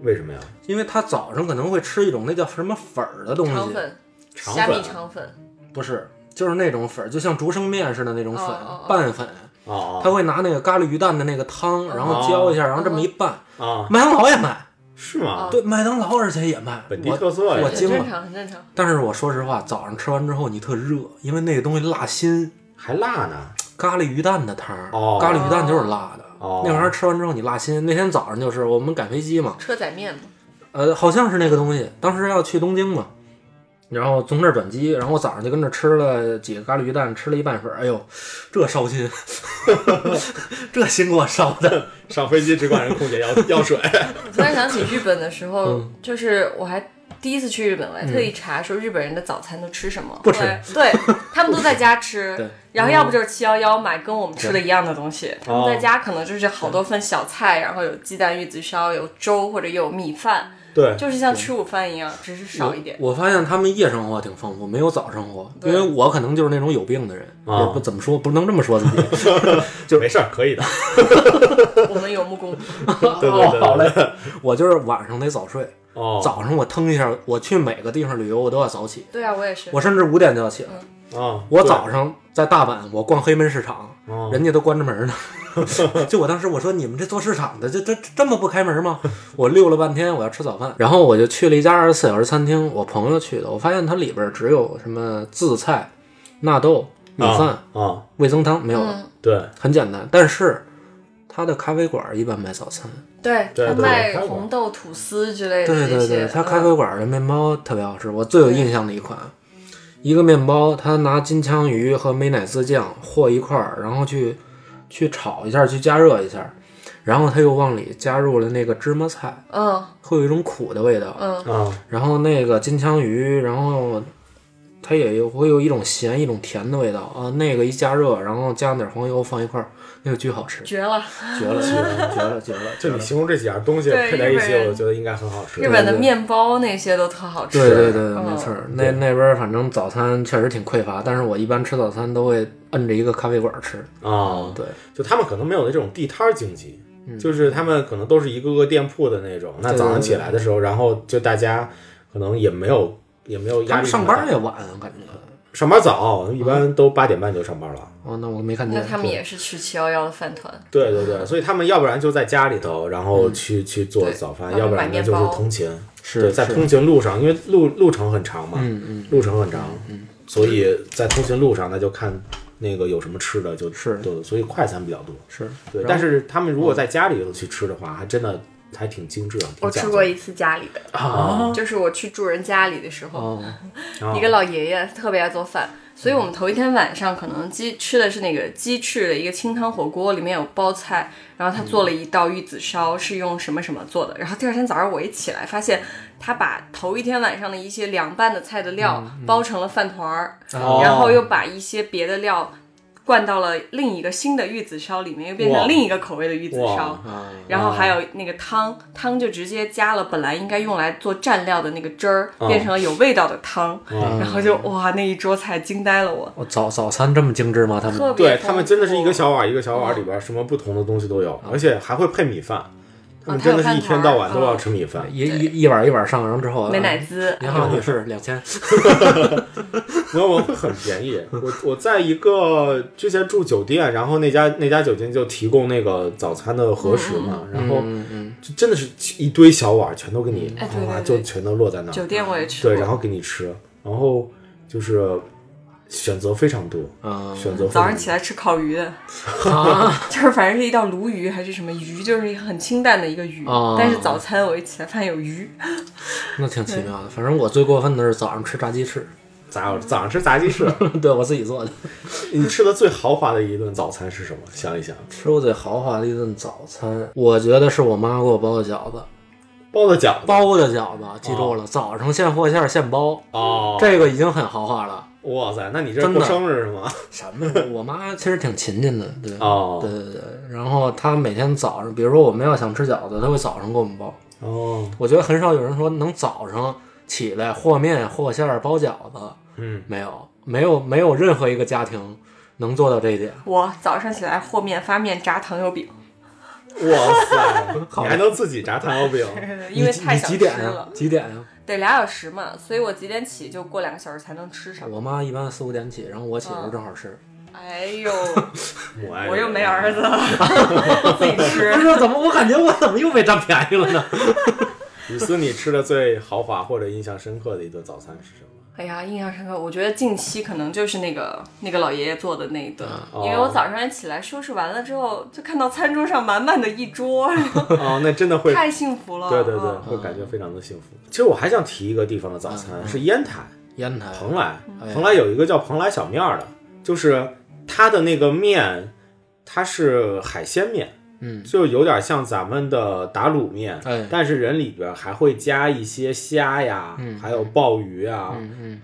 B: 为什么呀？
C: 因为他早上可能会吃一种那叫什么粉儿的东
D: 肠
C: 西，
D: 粉、
B: 肠
D: 虾米
B: 粉
D: 肠粉，
C: 不是，就是那种粉儿，就像竹升面似的那种粉，
D: 哦哦哦
C: 拌粉，
B: 哦
C: 他会拿那个咖喱鱼蛋的那个汤，然后浇一下，然后这么一拌。
B: 哦啊，
C: 麦当劳也卖，
B: 是吗？
C: 对，麦当劳而且也卖，
B: 本地
C: 我
B: 特色呀
C: 我
D: 很
C: 惊了
D: 正常，很正常。
C: 但是我说实话，早上吃完之后你特热，因为那个东西辣心，
B: 还辣呢。
C: 咖喱鱼蛋的汤，
B: 哦
C: 咖喱鱼蛋就是辣的。
B: 哦
C: 那玩意儿吃完之后你辣心。那天早上就是我们赶飞机嘛，
D: 车仔面嘛，
C: 呃，好像是那个东西，当时要去东京嘛，然后从这儿转机，然后我早上就跟这儿吃了几个咖喱鱼蛋，吃了一半份儿，哎呦，这烧心， 这心给我烧的，
B: 上飞机只管人空姐要要水。
D: 我突然想起日本的时候，
C: 嗯
D: 就是我还第一次去日本，我还特意查说日本人的早餐都吃什么。
C: 不吃哦
D: 后来对他们都在 家吃，
C: 对
D: 然后要不就是七幺幺买跟我们吃的一样的东西，
C: 哦
D: 他们在家可能就是好多份小菜，然后有鸡蛋、玉子烧、有粥或者有米饭，
B: 对，
D: 就是像吃午饭一样，只是少一点。
C: 我发现他们夜生活挺丰富，没有早生活，因
D: 对
C: 为我可能就是那种有病的人，
B: 啊
C: 也不怎么说，不能这么说自己。
B: 就没事儿，可以的。
D: 我们有木工，
B: 对对对
C: 哦，好嘞，我就是晚上得早睡，
B: 哦，
C: 早上我腾一下，我去每个地方旅游我都要早起，
D: 对啊，我也是。
C: 我甚至五点就要起来。
B: 啊，
C: 我
B: 对
C: 早上在大阪，我逛黑门市场，
B: 哦
C: 人家都关着门呢。 就我当时我说你们这做市场的这这这么不开门吗？我溜了半天，我要吃早饭，然后我就去了一家二十四小时餐厅，我朋友去的，我发现它里边只有什么渍菜、纳豆、米饭、
B: 啊啊，
C: 味增汤没有了，
D: 嗯
B: 对
C: 很简单。但是它的咖啡馆一般卖早餐，
D: 对
B: 对
D: 他
B: 对
D: 卖
B: 看过
D: 红豆吐司之类的
C: 对
D: 这
C: 对
D: 些
C: 对，，它
D: 嗯
C: 咖啡馆的面包特别好吃，我最有印象的一款，一个面包，它拿金枪鱼和美乃滋酱和一块儿，然后去去炒一下，去加热一下，然后它又往里加入了那个芝麻菜，
D: 嗯
C: 会有一种苦的味道，
D: 嗯
B: 啊
C: 然后那个金枪鱼，然后它也有会有一种咸、一种甜的味道啊。那个一加热，然后加上点黄油放一块儿，那个巨好吃，
D: 绝了！
C: 绝了，绝了，绝了，绝了！
B: 就你形容这几样东西
D: 对
B: 配在一
D: 日
B: 起，
D: 本人
B: 我觉得应该很好吃
D: 日。本的面包那些都特好吃。
C: 对对对，
D: 嗯
C: 没错儿。那那边儿反正早餐确实挺匮乏，但是我一般吃早餐都会摁着一个咖啡馆儿吃。
B: 啊，
C: 对，
B: 就他们可能没有那种地摊儿经济，就是他们可能都是一个个店铺的那种。那
C: 嗯对
B: 早上
C: 对
B: 起来的时候，然后就大家可能也没有也没有
C: 他
B: 压
C: 们
B: 力。
C: 上班儿也嗯晚，我感觉。
B: 上班早，一般都八点半就上班了。
C: 哦，那我没看
D: 那
C: 见。
D: 他们也是去七幺幺的饭团，
B: 对对对，所以他们要不然就在家里头，然后去去做
D: 嗯对
B: 早饭，
D: 然后
B: 要不然
D: 买
B: 呢
D: 面
B: 就是
D: 包
B: 通勤。对，
C: 是
B: 在
C: 是嗯
B: 通勤路上，因为路路程很长嘛，路程很长，所以在通勤路上那就看那个有什么吃的，就是对，所以快餐比较多。
C: 是，
B: 对，
C: 然后
B: 但是他们如果在家里头去吃的话，还真的还挺精致的。挺
D: 我
B: 讲
D: 吃
B: 究
D: 过一次家里的，
B: 啊，
D: 就是我去住人家里的时候，
C: 哦，
B: 啊
D: 一个老爷爷特别爱做饭，所以我们头一天晚上可能鸡吃的是那个鸡翅的一个清汤火锅，里面有包菜，然后他做了一道玉子烧，是用什么什么做的。然后第二天早上我一起来，发现他把头一天晚上的一些凉拌的菜的料包成了饭团儿，
B: 哦
D: 然后又把一些别的料。灌到了另一个新的玉子烧里面，又变
B: 哇
D: 成另一个口味的玉子烧，
C: 啊，
D: 然后还有那个汤，汤就直接加了本来应该用来做蘸料的那个汁儿，
C: 嗯
D: 变成了有味道的汤，
B: 嗯
D: 然后就哇，那一桌菜惊呆了我，
C: 我哦早早餐这么精致吗？他们
D: 特别哦
B: 对
D: 丰
B: 他们真的是
D: 富
B: 一个小碗一个小碗里边什么不同的东西都
C: 哦
B: 有，而且还会配米饭。他们
D: 他
B: 真
D: 哦有
B: 的是一
D: 饭
B: 天
D: 团
B: 到
D: 儿
B: 晚都要
D: 嗯
B: 吃米饭。
C: 一一一碗一碗上，然后之后啊
D: 美乃滋，
C: 您嗯好，女士，两千。
B: 我我会很便宜。我我在一个之前住酒店，然后那家那家酒店就提供那个早餐的盒食嘛，
D: 嗯
B: 然
C: 哦
B: 后
C: 嗯
B: 就真的是一堆小碗，全都给你
D: 哎对
B: 哗、
D: 对
B: 就
D: 对
B: 全都落在那
D: 酒
B: 儿，
D: 店我也吃
B: 对，
D: 过，
B: 然后给你吃，然后就是选择非常多，
C: 嗯，啊
B: 选择非常多
D: 早上起来吃烤鱼的， 就是反正是一道鲈鱼还是什么鱼，就是很清淡的一个鱼，
C: 啊
D: 但是早餐我一起来发现有鱼，
C: 那挺奇妙的。反正我最过分的是早上吃炸鸡翅，
B: 早早上吃炸鸡翅，
C: 对我自己做的。
B: 你吃的最豪华的一顿早餐是什么？想一想，
C: 吃过最豪华的一顿早餐，我觉得是我妈给我包的饺子，
B: 包子饺子
C: 包的饺子，记住了，早上现和馅儿现包，
B: 哦，
C: 这个已经很豪华了。
B: 哇塞，那你这是
C: 真的
B: 过生日是吗？
C: 什么？我 妈其实挺勤勤的，对，对
B: 哦
C: 对对。然后她每天早上，比如说我们要想吃饺子，她会早上给我们包。
B: 哦，
C: 我觉得很少有人说能早上起来和面和馅儿包饺子，
B: 嗯，
C: 没有，没有，没有任何一个家庭能做到这一点。
D: 我早上起来和面发面炸糖油饼，
B: 哇 塞，你还能自己炸糖油饼？
D: 呃因为
C: 你
D: 太
C: 你
D: 想
C: 几
D: 吃
C: 点啊呀、
D: 了，
C: 几点呀、
D: 得俩小时嘛，所以我几点起就过两个小时才能吃上。
C: 我妈一般四五点起，然后我起
D: 哦
C: 时候正好吃。
D: 哎呦，
B: 母爱人
D: 我又没儿子，自 己
C: 不
D: 吃。
C: 是怎么，我感觉我怎么又被占便宜了呢？
B: 雨思，你吃的最豪华或者印象深刻的一顿早餐是什么？
D: 哎呀，印象深刻。我觉得近期可能就是那个那个老爷爷做的那一顿，
B: 嗯
D: 因
B: 哦
D: 为我早上也起来收拾完了之后，就看到餐桌上满满的一 桌，
B: 哦，那真的会，
D: 太幸福了。
B: 对对对，
D: 嗯
B: 会感觉非常的幸福。嗯其实我还想提一个地方的早餐，是烟台
C: 烟台
B: 蓬莱，
D: 嗯
C: 哎
B: 蓬莱有一个叫蓬莱小面儿的，就是它的那个面，它是海鲜面。
C: 嗯，
B: 就有点像咱们的打卤面，
C: 哎
B: 但是人里边还会加一些虾呀，
C: 嗯
B: 还有鲍鱼啊，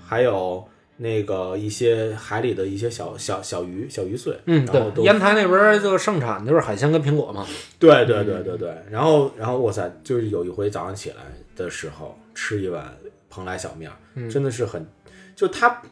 B: 还有那个一些海里的一些小小小鱼、小鱼碎，
C: 嗯，
B: 然后
C: 对，
B: 都
C: 烟台那边儿就盛产就是海鲜跟苹果嘛。
B: 对对对对对，然后然后哇塞，就是有一回早上起来的时候吃一碗蓬莱小面儿，
C: 嗯
B: 真的是很，就它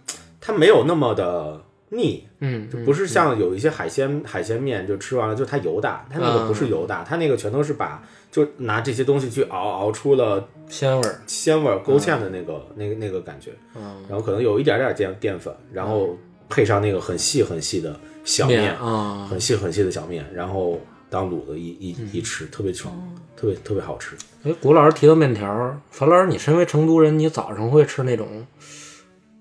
B: 它没有那么的腻，
C: 嗯，
B: 就不是像有一些海鲜海鲜面就吃完了就它油大，它
C: 啊
B: 那个不是油大，它那个全都是把就拿这些东西去熬熬出了
C: 鲜味儿。
B: 鲜味儿勾芡的那个、那个那个感觉，
C: 嗯，
B: 然后可能有一点点淀淀粉，然后配上那个很细很细的小
C: 面啊，
B: 很细很细的小面，然后当卤的一
C: 嗯
B: 一一吃，特别爽，
D: 嗯
B: 特别特别好吃。
C: 哎，古老师提到面条儿，樊老师，你身为成都人，你早上会吃那种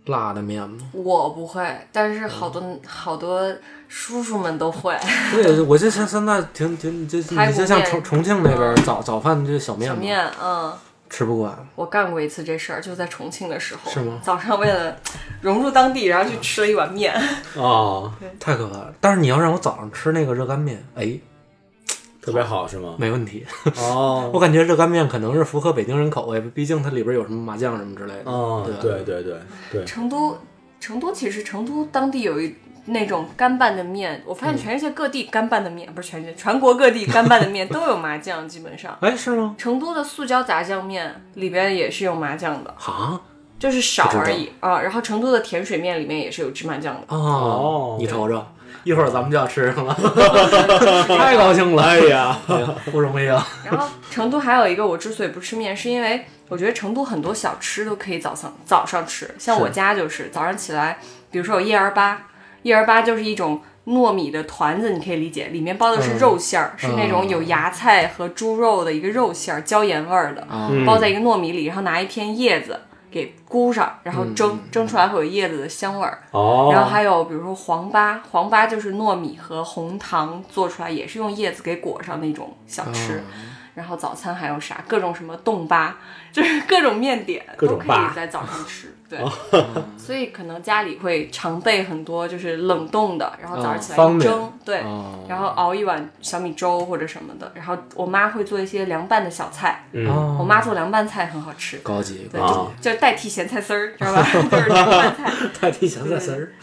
C: 辣的面吗？
D: 我不会，但是好多、
B: 嗯
D: 好多叔叔们都会。
C: 对，我就像现在挺挺就
D: 排
C: 你
D: 骨
C: 就像
D: 面嗯
C: 重重庆那边儿早早饭就是小面
D: 小
C: 嘛，
D: 面，嗯，
C: 吃不惯。
D: 我干过一次这事儿，就在重庆的时候，
C: 是吗
D: 早上为了融入当地，然后去吃了一碗面，
B: 哦，
C: 太可怕了！但是你要让我早上吃那个热干面，哎，
B: 特别好是 吗？
C: 没问题。
B: 哦，
C: 我感觉热干面可能是符合北京人口味，毕竟它里边有什么麻酱什么之类的。
B: 哦，
C: 对
B: 对对对对，
D: 成都成都其实成都当地有一那种干拌的面，我发
C: 嗯
D: 现全世界各地干拌的面、不是全世界，全国各地干拌的面都有麻酱，基本上。
C: 哎，是吗？
D: 成都的塑胶炸酱面里边也是有麻酱的，
C: 啊
D: 就是少
C: 不知道
D: 而已啊。然后成都的甜水面里面也是有芝麻酱的。
C: 哦
B: 哦，
C: 你瞅瞅，一会儿咱们就要吃 上了，太高兴了！
B: 哎呀，
C: 哎呀，不容易啊！
D: 然后成都还有一个，我之所以不吃面，是因为我觉得成都很多小吃都可以早上早上吃，像我家就是早上起来，比如说有叶儿粑，叶儿粑就是一种糯米的团子，你可以理解，里面包的是肉馅儿，是那种有芽菜和猪肉的一个肉馅儿，椒盐味儿的，
B: 嗯
D: 嗯包在一个糯米里，然后拿一片叶子给箍上，然后蒸，蒸出来会有叶子的香味儿。
B: 哦，
D: 然后还有比如说黄粑，黄粑就是糯米和红糖做出来，也是用叶子给裹上那种小吃。
B: 哦
D: 然后早餐还有啥？各种什么冻粑， 就是各种面点
B: 各
D: 都
B: 种哦
D: 可
B: 粑
D: 以在早上 吃。对，所以可能家里会常备很多就是冷冻的，然后早上起来
C: 方
B: 哦
D: 一
C: 便
D: 蒸，对，
C: 哦
D: 然后熬一碗小米粥或者什么的。然后我妈会做一些凉拌的小菜，
B: 嗯
D: 我妈做凉拌菜很好吃。
C: 哦高级，
D: 对，
C: 高级
B: 啊
D: 就就是代替咸菜丝儿，知道吧？ 就是凉拌菜，
C: 哦太提前在词儿。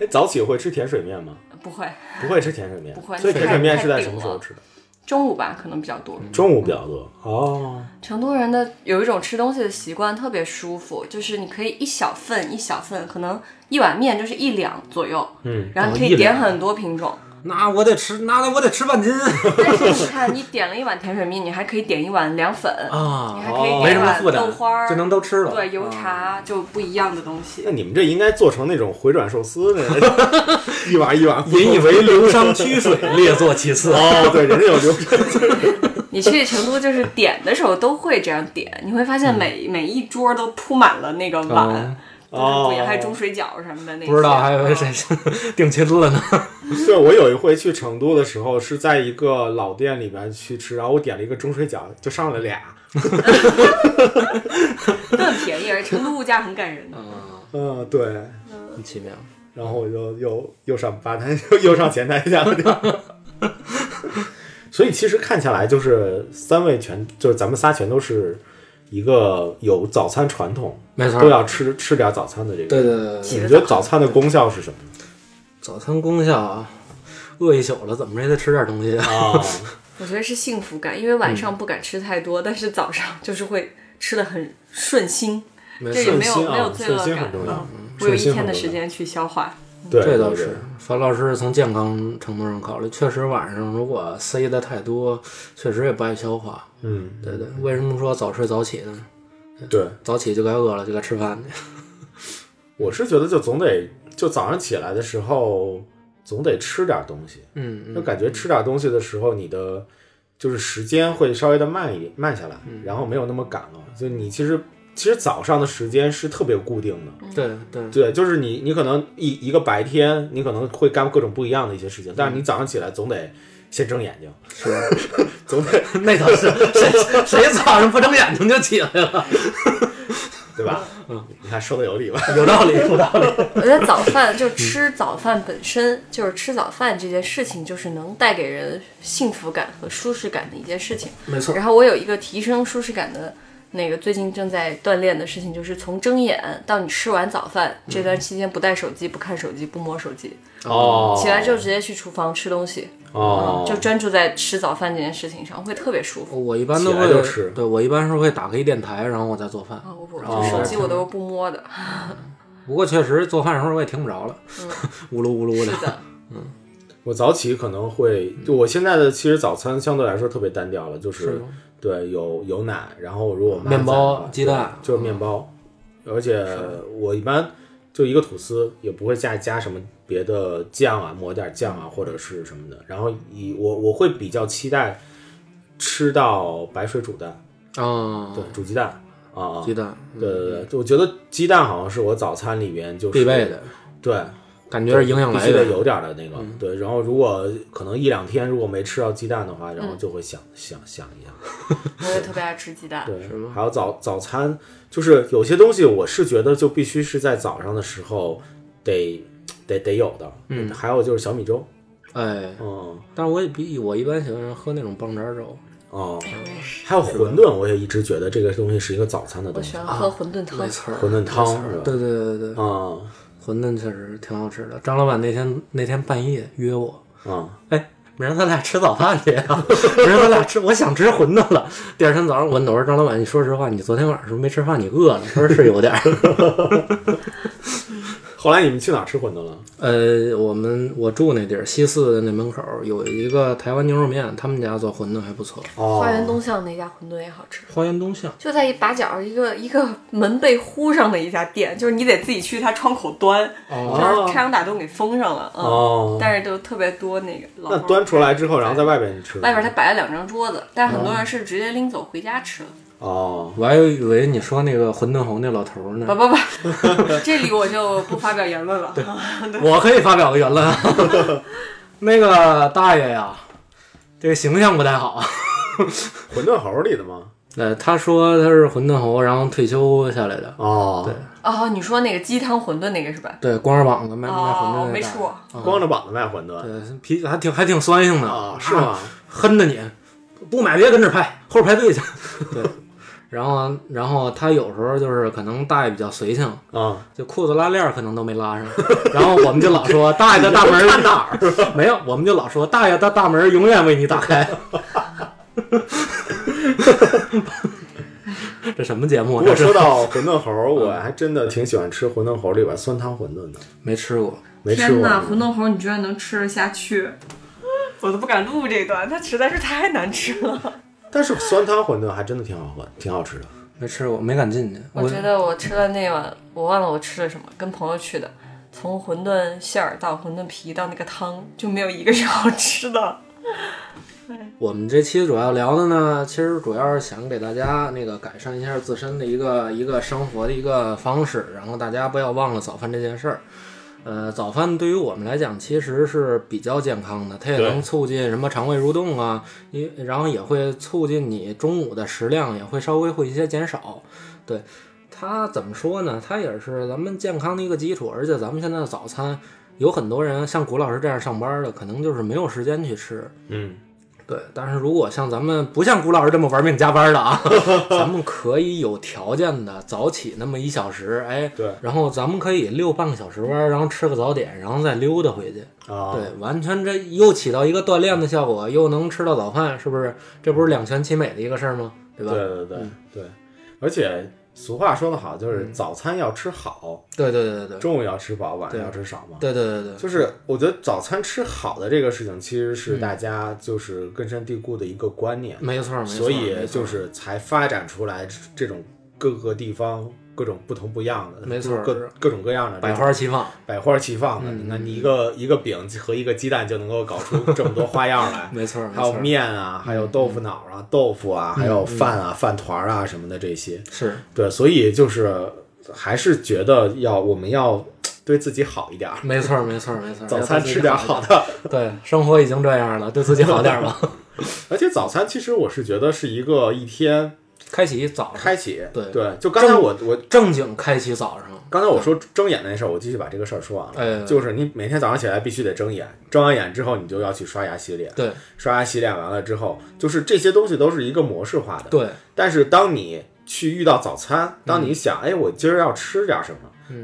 B: 哎，早起会吃甜水面吗？
D: 不会。
B: 不会吃甜水面，
D: 不会
B: 所以甜水面是在
D: 太
B: 什么时候
D: 太
B: 吃的？
D: 中午吧，可能比较多。
B: 中午比较多。
C: 嗯
B: 哦，
D: 成都人的有一种吃东西的习惯特别舒服，就是你可以一小份一小份，可能一碗面就是一两左右，嗯，然后你可以
C: 哦一两
D: 点很多品种。
C: 那我得吃，那我得吃半斤
D: 但是你看，你点了一碗甜水面，你还可以点一碗凉粉，你
C: 啊！
D: 还可以
C: 没什
D: 点一
C: 么
D: 碗
C: 负
D: 豆
C: 担
D: 花，儿，
C: 就能都吃了。嗯
D: 对油茶就不一样的东西
B: 那。你们这应该做成那种回转寿司那种， 一碗一碗。
C: 引以为流 觞曲水，列坐其次。
B: 哦，对，人家有流程。
D: 你去成都就是点的时候都会这样点，你会发
C: 嗯
D: 现每每一桌都铺满了那个碗，就是不一样，
B: 哦
D: 还有蒸水饺什么的那些。
C: 不知道还以为
D: 嗯
C: 谁是定亲了呢？
B: 对，我有一回去成都的时候，是在一个老店里面去吃，然后我点了一个蒸水饺，就上了俩。
D: 都很便宜，而且成都物价很感人的。
C: 哦
B: 嗯，对。
C: 很奇妙。
B: 然后我就又又上吧台，又又上前台去了。 所以其实看下来，就是三位全，就是咱们仨全都是一个有早餐传统，
C: 没错
B: 都要吃吃点早餐的这个。
C: 啊对对对对
B: 你们觉得早餐的功效是什么
C: 早餐功效啊，饿一宿了，怎么着也得吃点东西啊。
B: 啊？
D: 我觉得是幸福感，因为晚
B: 嗯
D: 上不敢吃太多，但是早上就是会吃的很顺心，
C: 没
D: 这
C: 事
D: 也
C: 儿，
D: 没
B: 顺心
D: 有没有
B: 啊，
D: 罪
B: 顺
D: 恶
B: 心
D: 感
B: 很。重要。
D: 我有一
B: 顺心
D: 天的
B: 很重
D: 时
B: 要，
D: 间去消化。
B: 对，
C: 这倒
B: 对
C: 是。樊老师从健康程度上考虑，确实晚上如果塞的太多，确实也不爱消化。
B: 嗯，
C: 对对，为什么说早睡早起呢？
B: 对，
C: 早起就该饿了，就该吃饭去。
B: 我是觉得就总得就早上起来的时候总得吃点东西，
C: 嗯，
B: 就感觉吃点东西的时候，你的就是时间会稍微的慢一慢下来，然后没有那么赶了。就你其实其实早上的时间是特别固定的，
C: 对对，
B: 对，就是你你可能一一个白天你可能会干各种不一样的一些事情，但是你早上起来总得先睁眼睛，
C: 是
B: 总得
C: 那倒是，谁谁早上不睁眼睛就起来了？
B: 对吧？嗯，你看说的有理吧？
C: 有道理，有道理。
D: 我觉得早饭就吃早饭本身，就是吃早饭这件事情，就是能带给人幸福感和舒适感的一件事情。
C: 没错，
D: 然后我有一个提升舒适感的那个最近正在锻炼的事情，就是从睁眼到你吃完早饭
B: 嗯
D: 这段期间，不带手机、不看手机、不摸手机，
B: 哦
D: 嗯起来之后直接去厨房吃东西。
B: 哦，
D: 就专注在吃早饭这件事情上，会特别舒服。
C: 我一般都
B: 起来
C: 会，
B: 就吃
C: 对我一般是会打开一电台，然后我再做饭。
D: 啊，我不，就手机我都是不摸的。
C: 不过确实做饭的时候我也听不着了， 呜噜呜噜
D: 是
C: 的。
D: 的，
B: 我早起可能会，就我现在的其实早餐相对来说特别单调了，就是
C: 是
B: 对有有奶，然后如果我妈
C: 面包
B: 在的话
C: 鸡蛋
B: 对就是面包，而且我一般就一个吐司，也不会再加什么别的酱啊，抹点酱啊或者是什么的。然后以我我会比较期待吃到白水煮蛋，
C: 啊，
B: 对，煮鸡蛋啊，啊
C: 鸡蛋嗯
B: 对对对，就我觉得鸡蛋好像是我早餐里边就是
C: 必备，的，
B: 对，
C: 感觉是营养
B: 必
C: 来嗯
B: 须得
C: 源。
B: 有点儿的那个，对。然后如果可能一两天如果没吃到鸡蛋的话，然
C: 嗯
B: 后就会想、想想一下。
D: 我也特别爱吃鸡蛋。
B: 对，还有早早餐，就是有些东西我是觉得就必须是在早上的时候得得得有的。嗯，还有就是小米粥，
C: 哎，
B: 嗯
C: 但是我也比我一般喜欢喝那种棒渣 粥，
B: 哦、
D: 哎我也是，
B: 还有馄饨，我也一直觉得这个东西是一个早餐的
D: 我
B: 东西
D: 喜，欢喝馄饨汤。
C: 错
B: 馄饨汤是吧？
C: 对对对对对，
B: 啊、
C: 馄饨确实挺好吃的。张老板那天那天半夜约我，
B: 啊、
C: 哎，明儿咱俩吃早饭去呀、啊 明儿咱俩吃，我想吃馄饨了。第二天早上我问他，我说张老板，你说实话，你昨天晚上是不是没吃饭？你饿了？他说是有点儿。
B: 后来你们去哪儿吃馄饨了？
C: 呃，我们我住那地儿西四的那门口有一个台湾牛肉面，他们家做馄饨还不错。
B: 哦
D: 花，园东巷那家馄饨也好吃，
C: 花园东巷，
D: 就在一把角一个一个门被糊上的一家店，就是你得自己去它窗口端，
B: 哦
D: 就是开阳打洞给封上了，嗯，
B: 哦
D: 但是就特别多那个老头
B: 那
D: 儿
B: 端出来之后，然后在外边吃。
D: 外边他摆了两张桌子，但是很多人是直接拎走回家吃了。
B: 哦，
C: 我还以为你说那个馄饨侯那老头
B: 嗯
C: 儿呢，
D: 不不不， 这里我就不发表言 论了。
C: 我可以发表个言论 啊。那个大爷呀，这个形象不太好。
B: 馄饨侯里的吗？
C: 呃，他说他是馄饨侯，然后退休下来的。
B: 哦，
C: 对
D: 哦，你说那个鸡汤馄饨那个是吧？
C: 对，光着膀子卖卖馄饨
D: 哦，
C: 那
D: 没
C: 大爷
D: 说。
B: 光着膀子卖馄饨。
C: 对，脾气还挺还挺酸性的
B: 啊，是？吗？
C: 哼着你，不买别跟着排，后边排队去。 对，然后然后他有时候就是可能大爷比较随性，
B: 啊，
C: 就裤子拉链儿可能都没拉上，然后我们就老 说大爷的大门儿看哪儿？没有，我们就老说大爷的大门儿永远为你打开。 这什么节目
B: 不
C: 啊？
B: 过
C: 这
B: 说
C: 是
B: 到馄饨猴，我还真的挺喜欢吃馄饨猴里边酸汤馄饨的，
C: 没吃过，
B: 没吃过。
D: 馄饨侯你居然能吃得下去， 我都不敢录这段，它实在是太难吃了。
B: 但是酸汤馄饨还真的挺好喝，挺好吃的。
C: 没吃过，没敢进去。
D: 我觉得我吃了那碗，我忘了我吃了什么，跟朋友去的，从馄饨馅儿到馄饨皮到那个汤，就没有一个是好吃 的。
C: 我们这期主要聊的呢，其实主要是想给大家那个改善一下自身的一个一个生活的一个方式，然后大家不要忘了早饭这件事儿。呃，早饭对于我们来讲其实是比较健康的，它也
B: 对
C: 能促进什么肠胃蠕动啊，因然后也会促进你中午的食量也会稍微会一些减少。对，它怎么说呢？它也是咱们健康的一个基础，而且咱们现在的早餐有很多人像谷老师这样上班的，可能就是没有时间去吃。
B: 嗯，
C: 对，但是如果像咱们不像古老师这么玩命加班的 啊，咱们可以有条件的早起那么一小时，哎，
B: 对
C: 然后咱们可以溜半个小时弯儿，然后吃个早点，然后再溜达回去。
B: 啊，
C: 对，完全这又起到一个锻炼的效果，又能吃到早饭，是不是？这不是两全其美的一个事儿吗？对吧？
B: 对对对对，而且俗话说得好，就是早餐要吃好，
C: 对对对对对
B: 中午要吃饱，晚上要吃少嘛。
C: 对对对对，
B: 就是我觉得早餐吃好的这个事情，其实是大家就是根深蒂固的一个观念，
C: 嗯没错没错。
B: 所以
C: 没错
B: 就是才发展出来这种各个地方各种不同不一样的，
C: 没错
B: 各各种各样的这
C: 百
B: 种
C: 花齐放。
B: 百花齐放的。那你一个一个饼和一个鸡蛋就能够搞出这么多花样来，
C: 没错没
B: 还有
C: 错，
B: 面啊，还有豆腐脑啊、豆腐啊，还有饭啊、饭团儿啊什么的这些。
C: 是
B: 对，所以就是还是觉得要我们要对自己好一点儿，
C: 没错没错没错。
B: 早餐吃点
C: 儿
B: 儿好的。
C: 对，生活已经这样了，对自己好点儿吧。
B: 而且早餐其实我是觉得是一个一天
C: 开启早上
B: 开启，
C: 对
B: 就刚才
C: 正
B: 我我
C: 正经开启早上，
B: 刚才我说睁眼那事儿，我继续把这个事儿说完
C: 哎
B: 了。就是你每天早上起来必须得睁眼，睁完眼之后你就要去刷牙洗脸，
C: 对
B: 刷牙洗脸完了之后，就是这些东西都是一个模式化的。
C: 对，
B: 但是当你去遇到早餐，当
C: 嗯
B: 你想，哎，我今儿要吃点什么，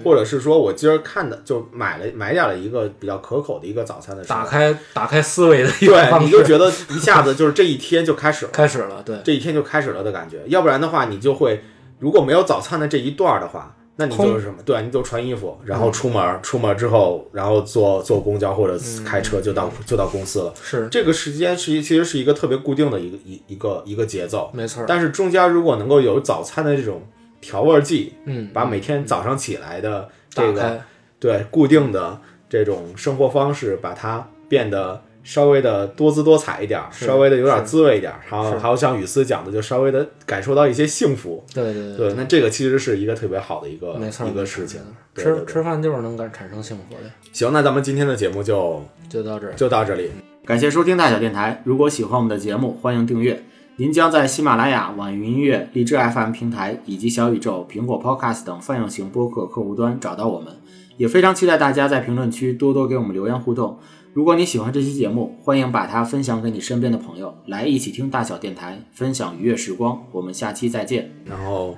B: 或者是说我今儿看的就买了买点了一个比较可口的一个早餐的时候
C: 打，开打开思维的一个
B: 对，
C: 方
B: 你就
C: 式，
B: 觉得一下子就是这一天就开始了，
C: 开始了，对，
B: 这一天就开始了的感觉。要不然的话，你就会如果没有早餐的这一段儿的话。那你就是什么？对，你就穿衣服，然
C: 嗯
B: 后出门儿，出门儿之后，然后坐坐公交或者
C: 嗯
B: 开车就到就到公司了。
C: 是
B: 这个时间是一其实是一个特别固定的一个一一个一个节奏。
C: 没错儿，
B: 但是中间如果能够有早餐的这种调味剂，
C: 嗯，
B: 把每天早上起来的
C: 打
B: 这个
C: 开，
B: 对固定的这种生活方式，把它变得稍微的多姿多彩一点儿，
C: 是
B: 稍微的有点
C: 是
B: 滋味一点儿，还有
C: 是
B: 还有像雨思讲的，就稍微的感受到一些幸福。
C: 对对
B: 对，那这个其实是一个特别好的一个
C: 嗯没错儿
B: 一
C: 没
B: 个
C: 错儿
B: 事情
C: 没。
B: 对
C: 吃
B: 对对
C: 吃饭就是能感产生幸福的，
B: 行，那咱们今天的节目就
C: 就到这儿，
B: 就到这里。
A: 感谢收听大小电台。如果喜欢我们的节目，欢迎订阅。您将在喜马拉雅、网易云音乐、荔枝 FM 平台以及小宇宙、苹果 Podcast 等泛用型播客客户端找到我们。也非常期待大家在评论区多多给我们留言互动。如果你喜欢这期节目，欢迎把它分享给你身边的朋友，来一起听大小电台，分享愉悦时光。我们下期再见。
B: 然后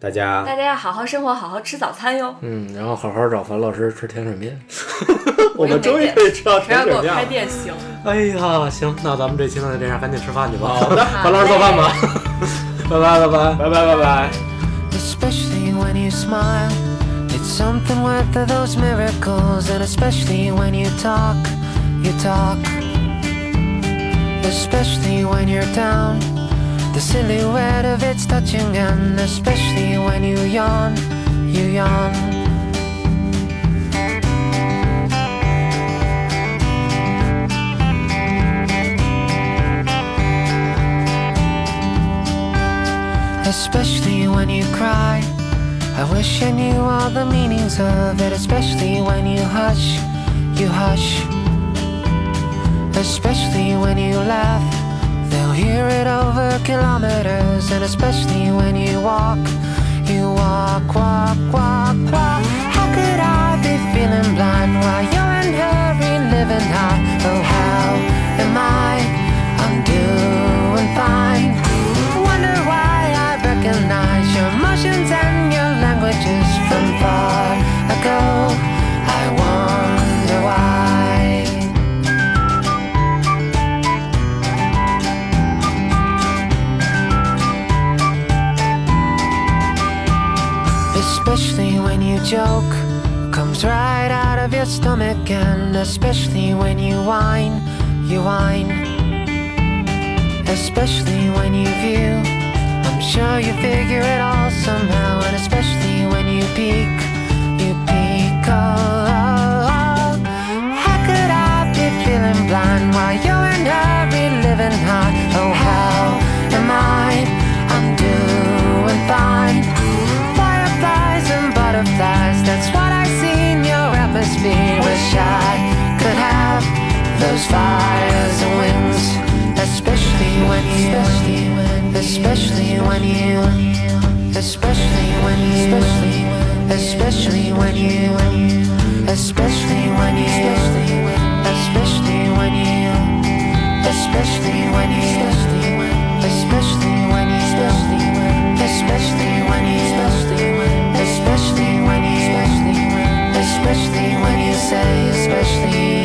B: 大大家
D: 大家要好好生活，好好吃早餐哟。
C: 嗯，然后好好找樊老师吃甜水面。
B: 我们终于可以吃到
D: 谁
B: 甜
D: 要给
B: 水
D: 我
B: 面
D: 开
B: 了。
D: 店行？
C: 哎呀，行，那咱们这期呢就这样，赶紧吃饭去吧。
B: 好的
D: 啊
C: 樊老师做饭吧， 拜拜拜拜。
B: 拜拜拜拜。
E: especially when you smile. It's something worth of those miracles, and especially when you talk, you talk. Especially when you're down, the silhouette of it's touching, and especially when you yawn, you yawn. Especially when you cry. I wish I knew all the meanings of it, especially when you hush, you hush. Especially when you laugh, they'll hear it over kilometers. And especially when you walk, you walk, walk, walk, walk. How could I be feeling blind while you're in hurry, living high? Oh, how am I? I'm doing fine. Wonder why I recognize your motions and your languages from far ago. I wonder why. especially when you joke comes right out of your stomach and especially when you whine you whine especially when you view i'm sure you figure it all somehow and especially when you peek you peek oh, oh, oh. how could i be feeling blind while you're in every living high oh how am i i'm doing fine fireflies and butterflies. That's what I see in your atmosphere. Wish I could have those fires and wings, especially when you, especially when you, especially when you, especially when you, especially when you, especially when you especially when you especially when especially when you especially when especially when you especially when especially when you especially when you say especially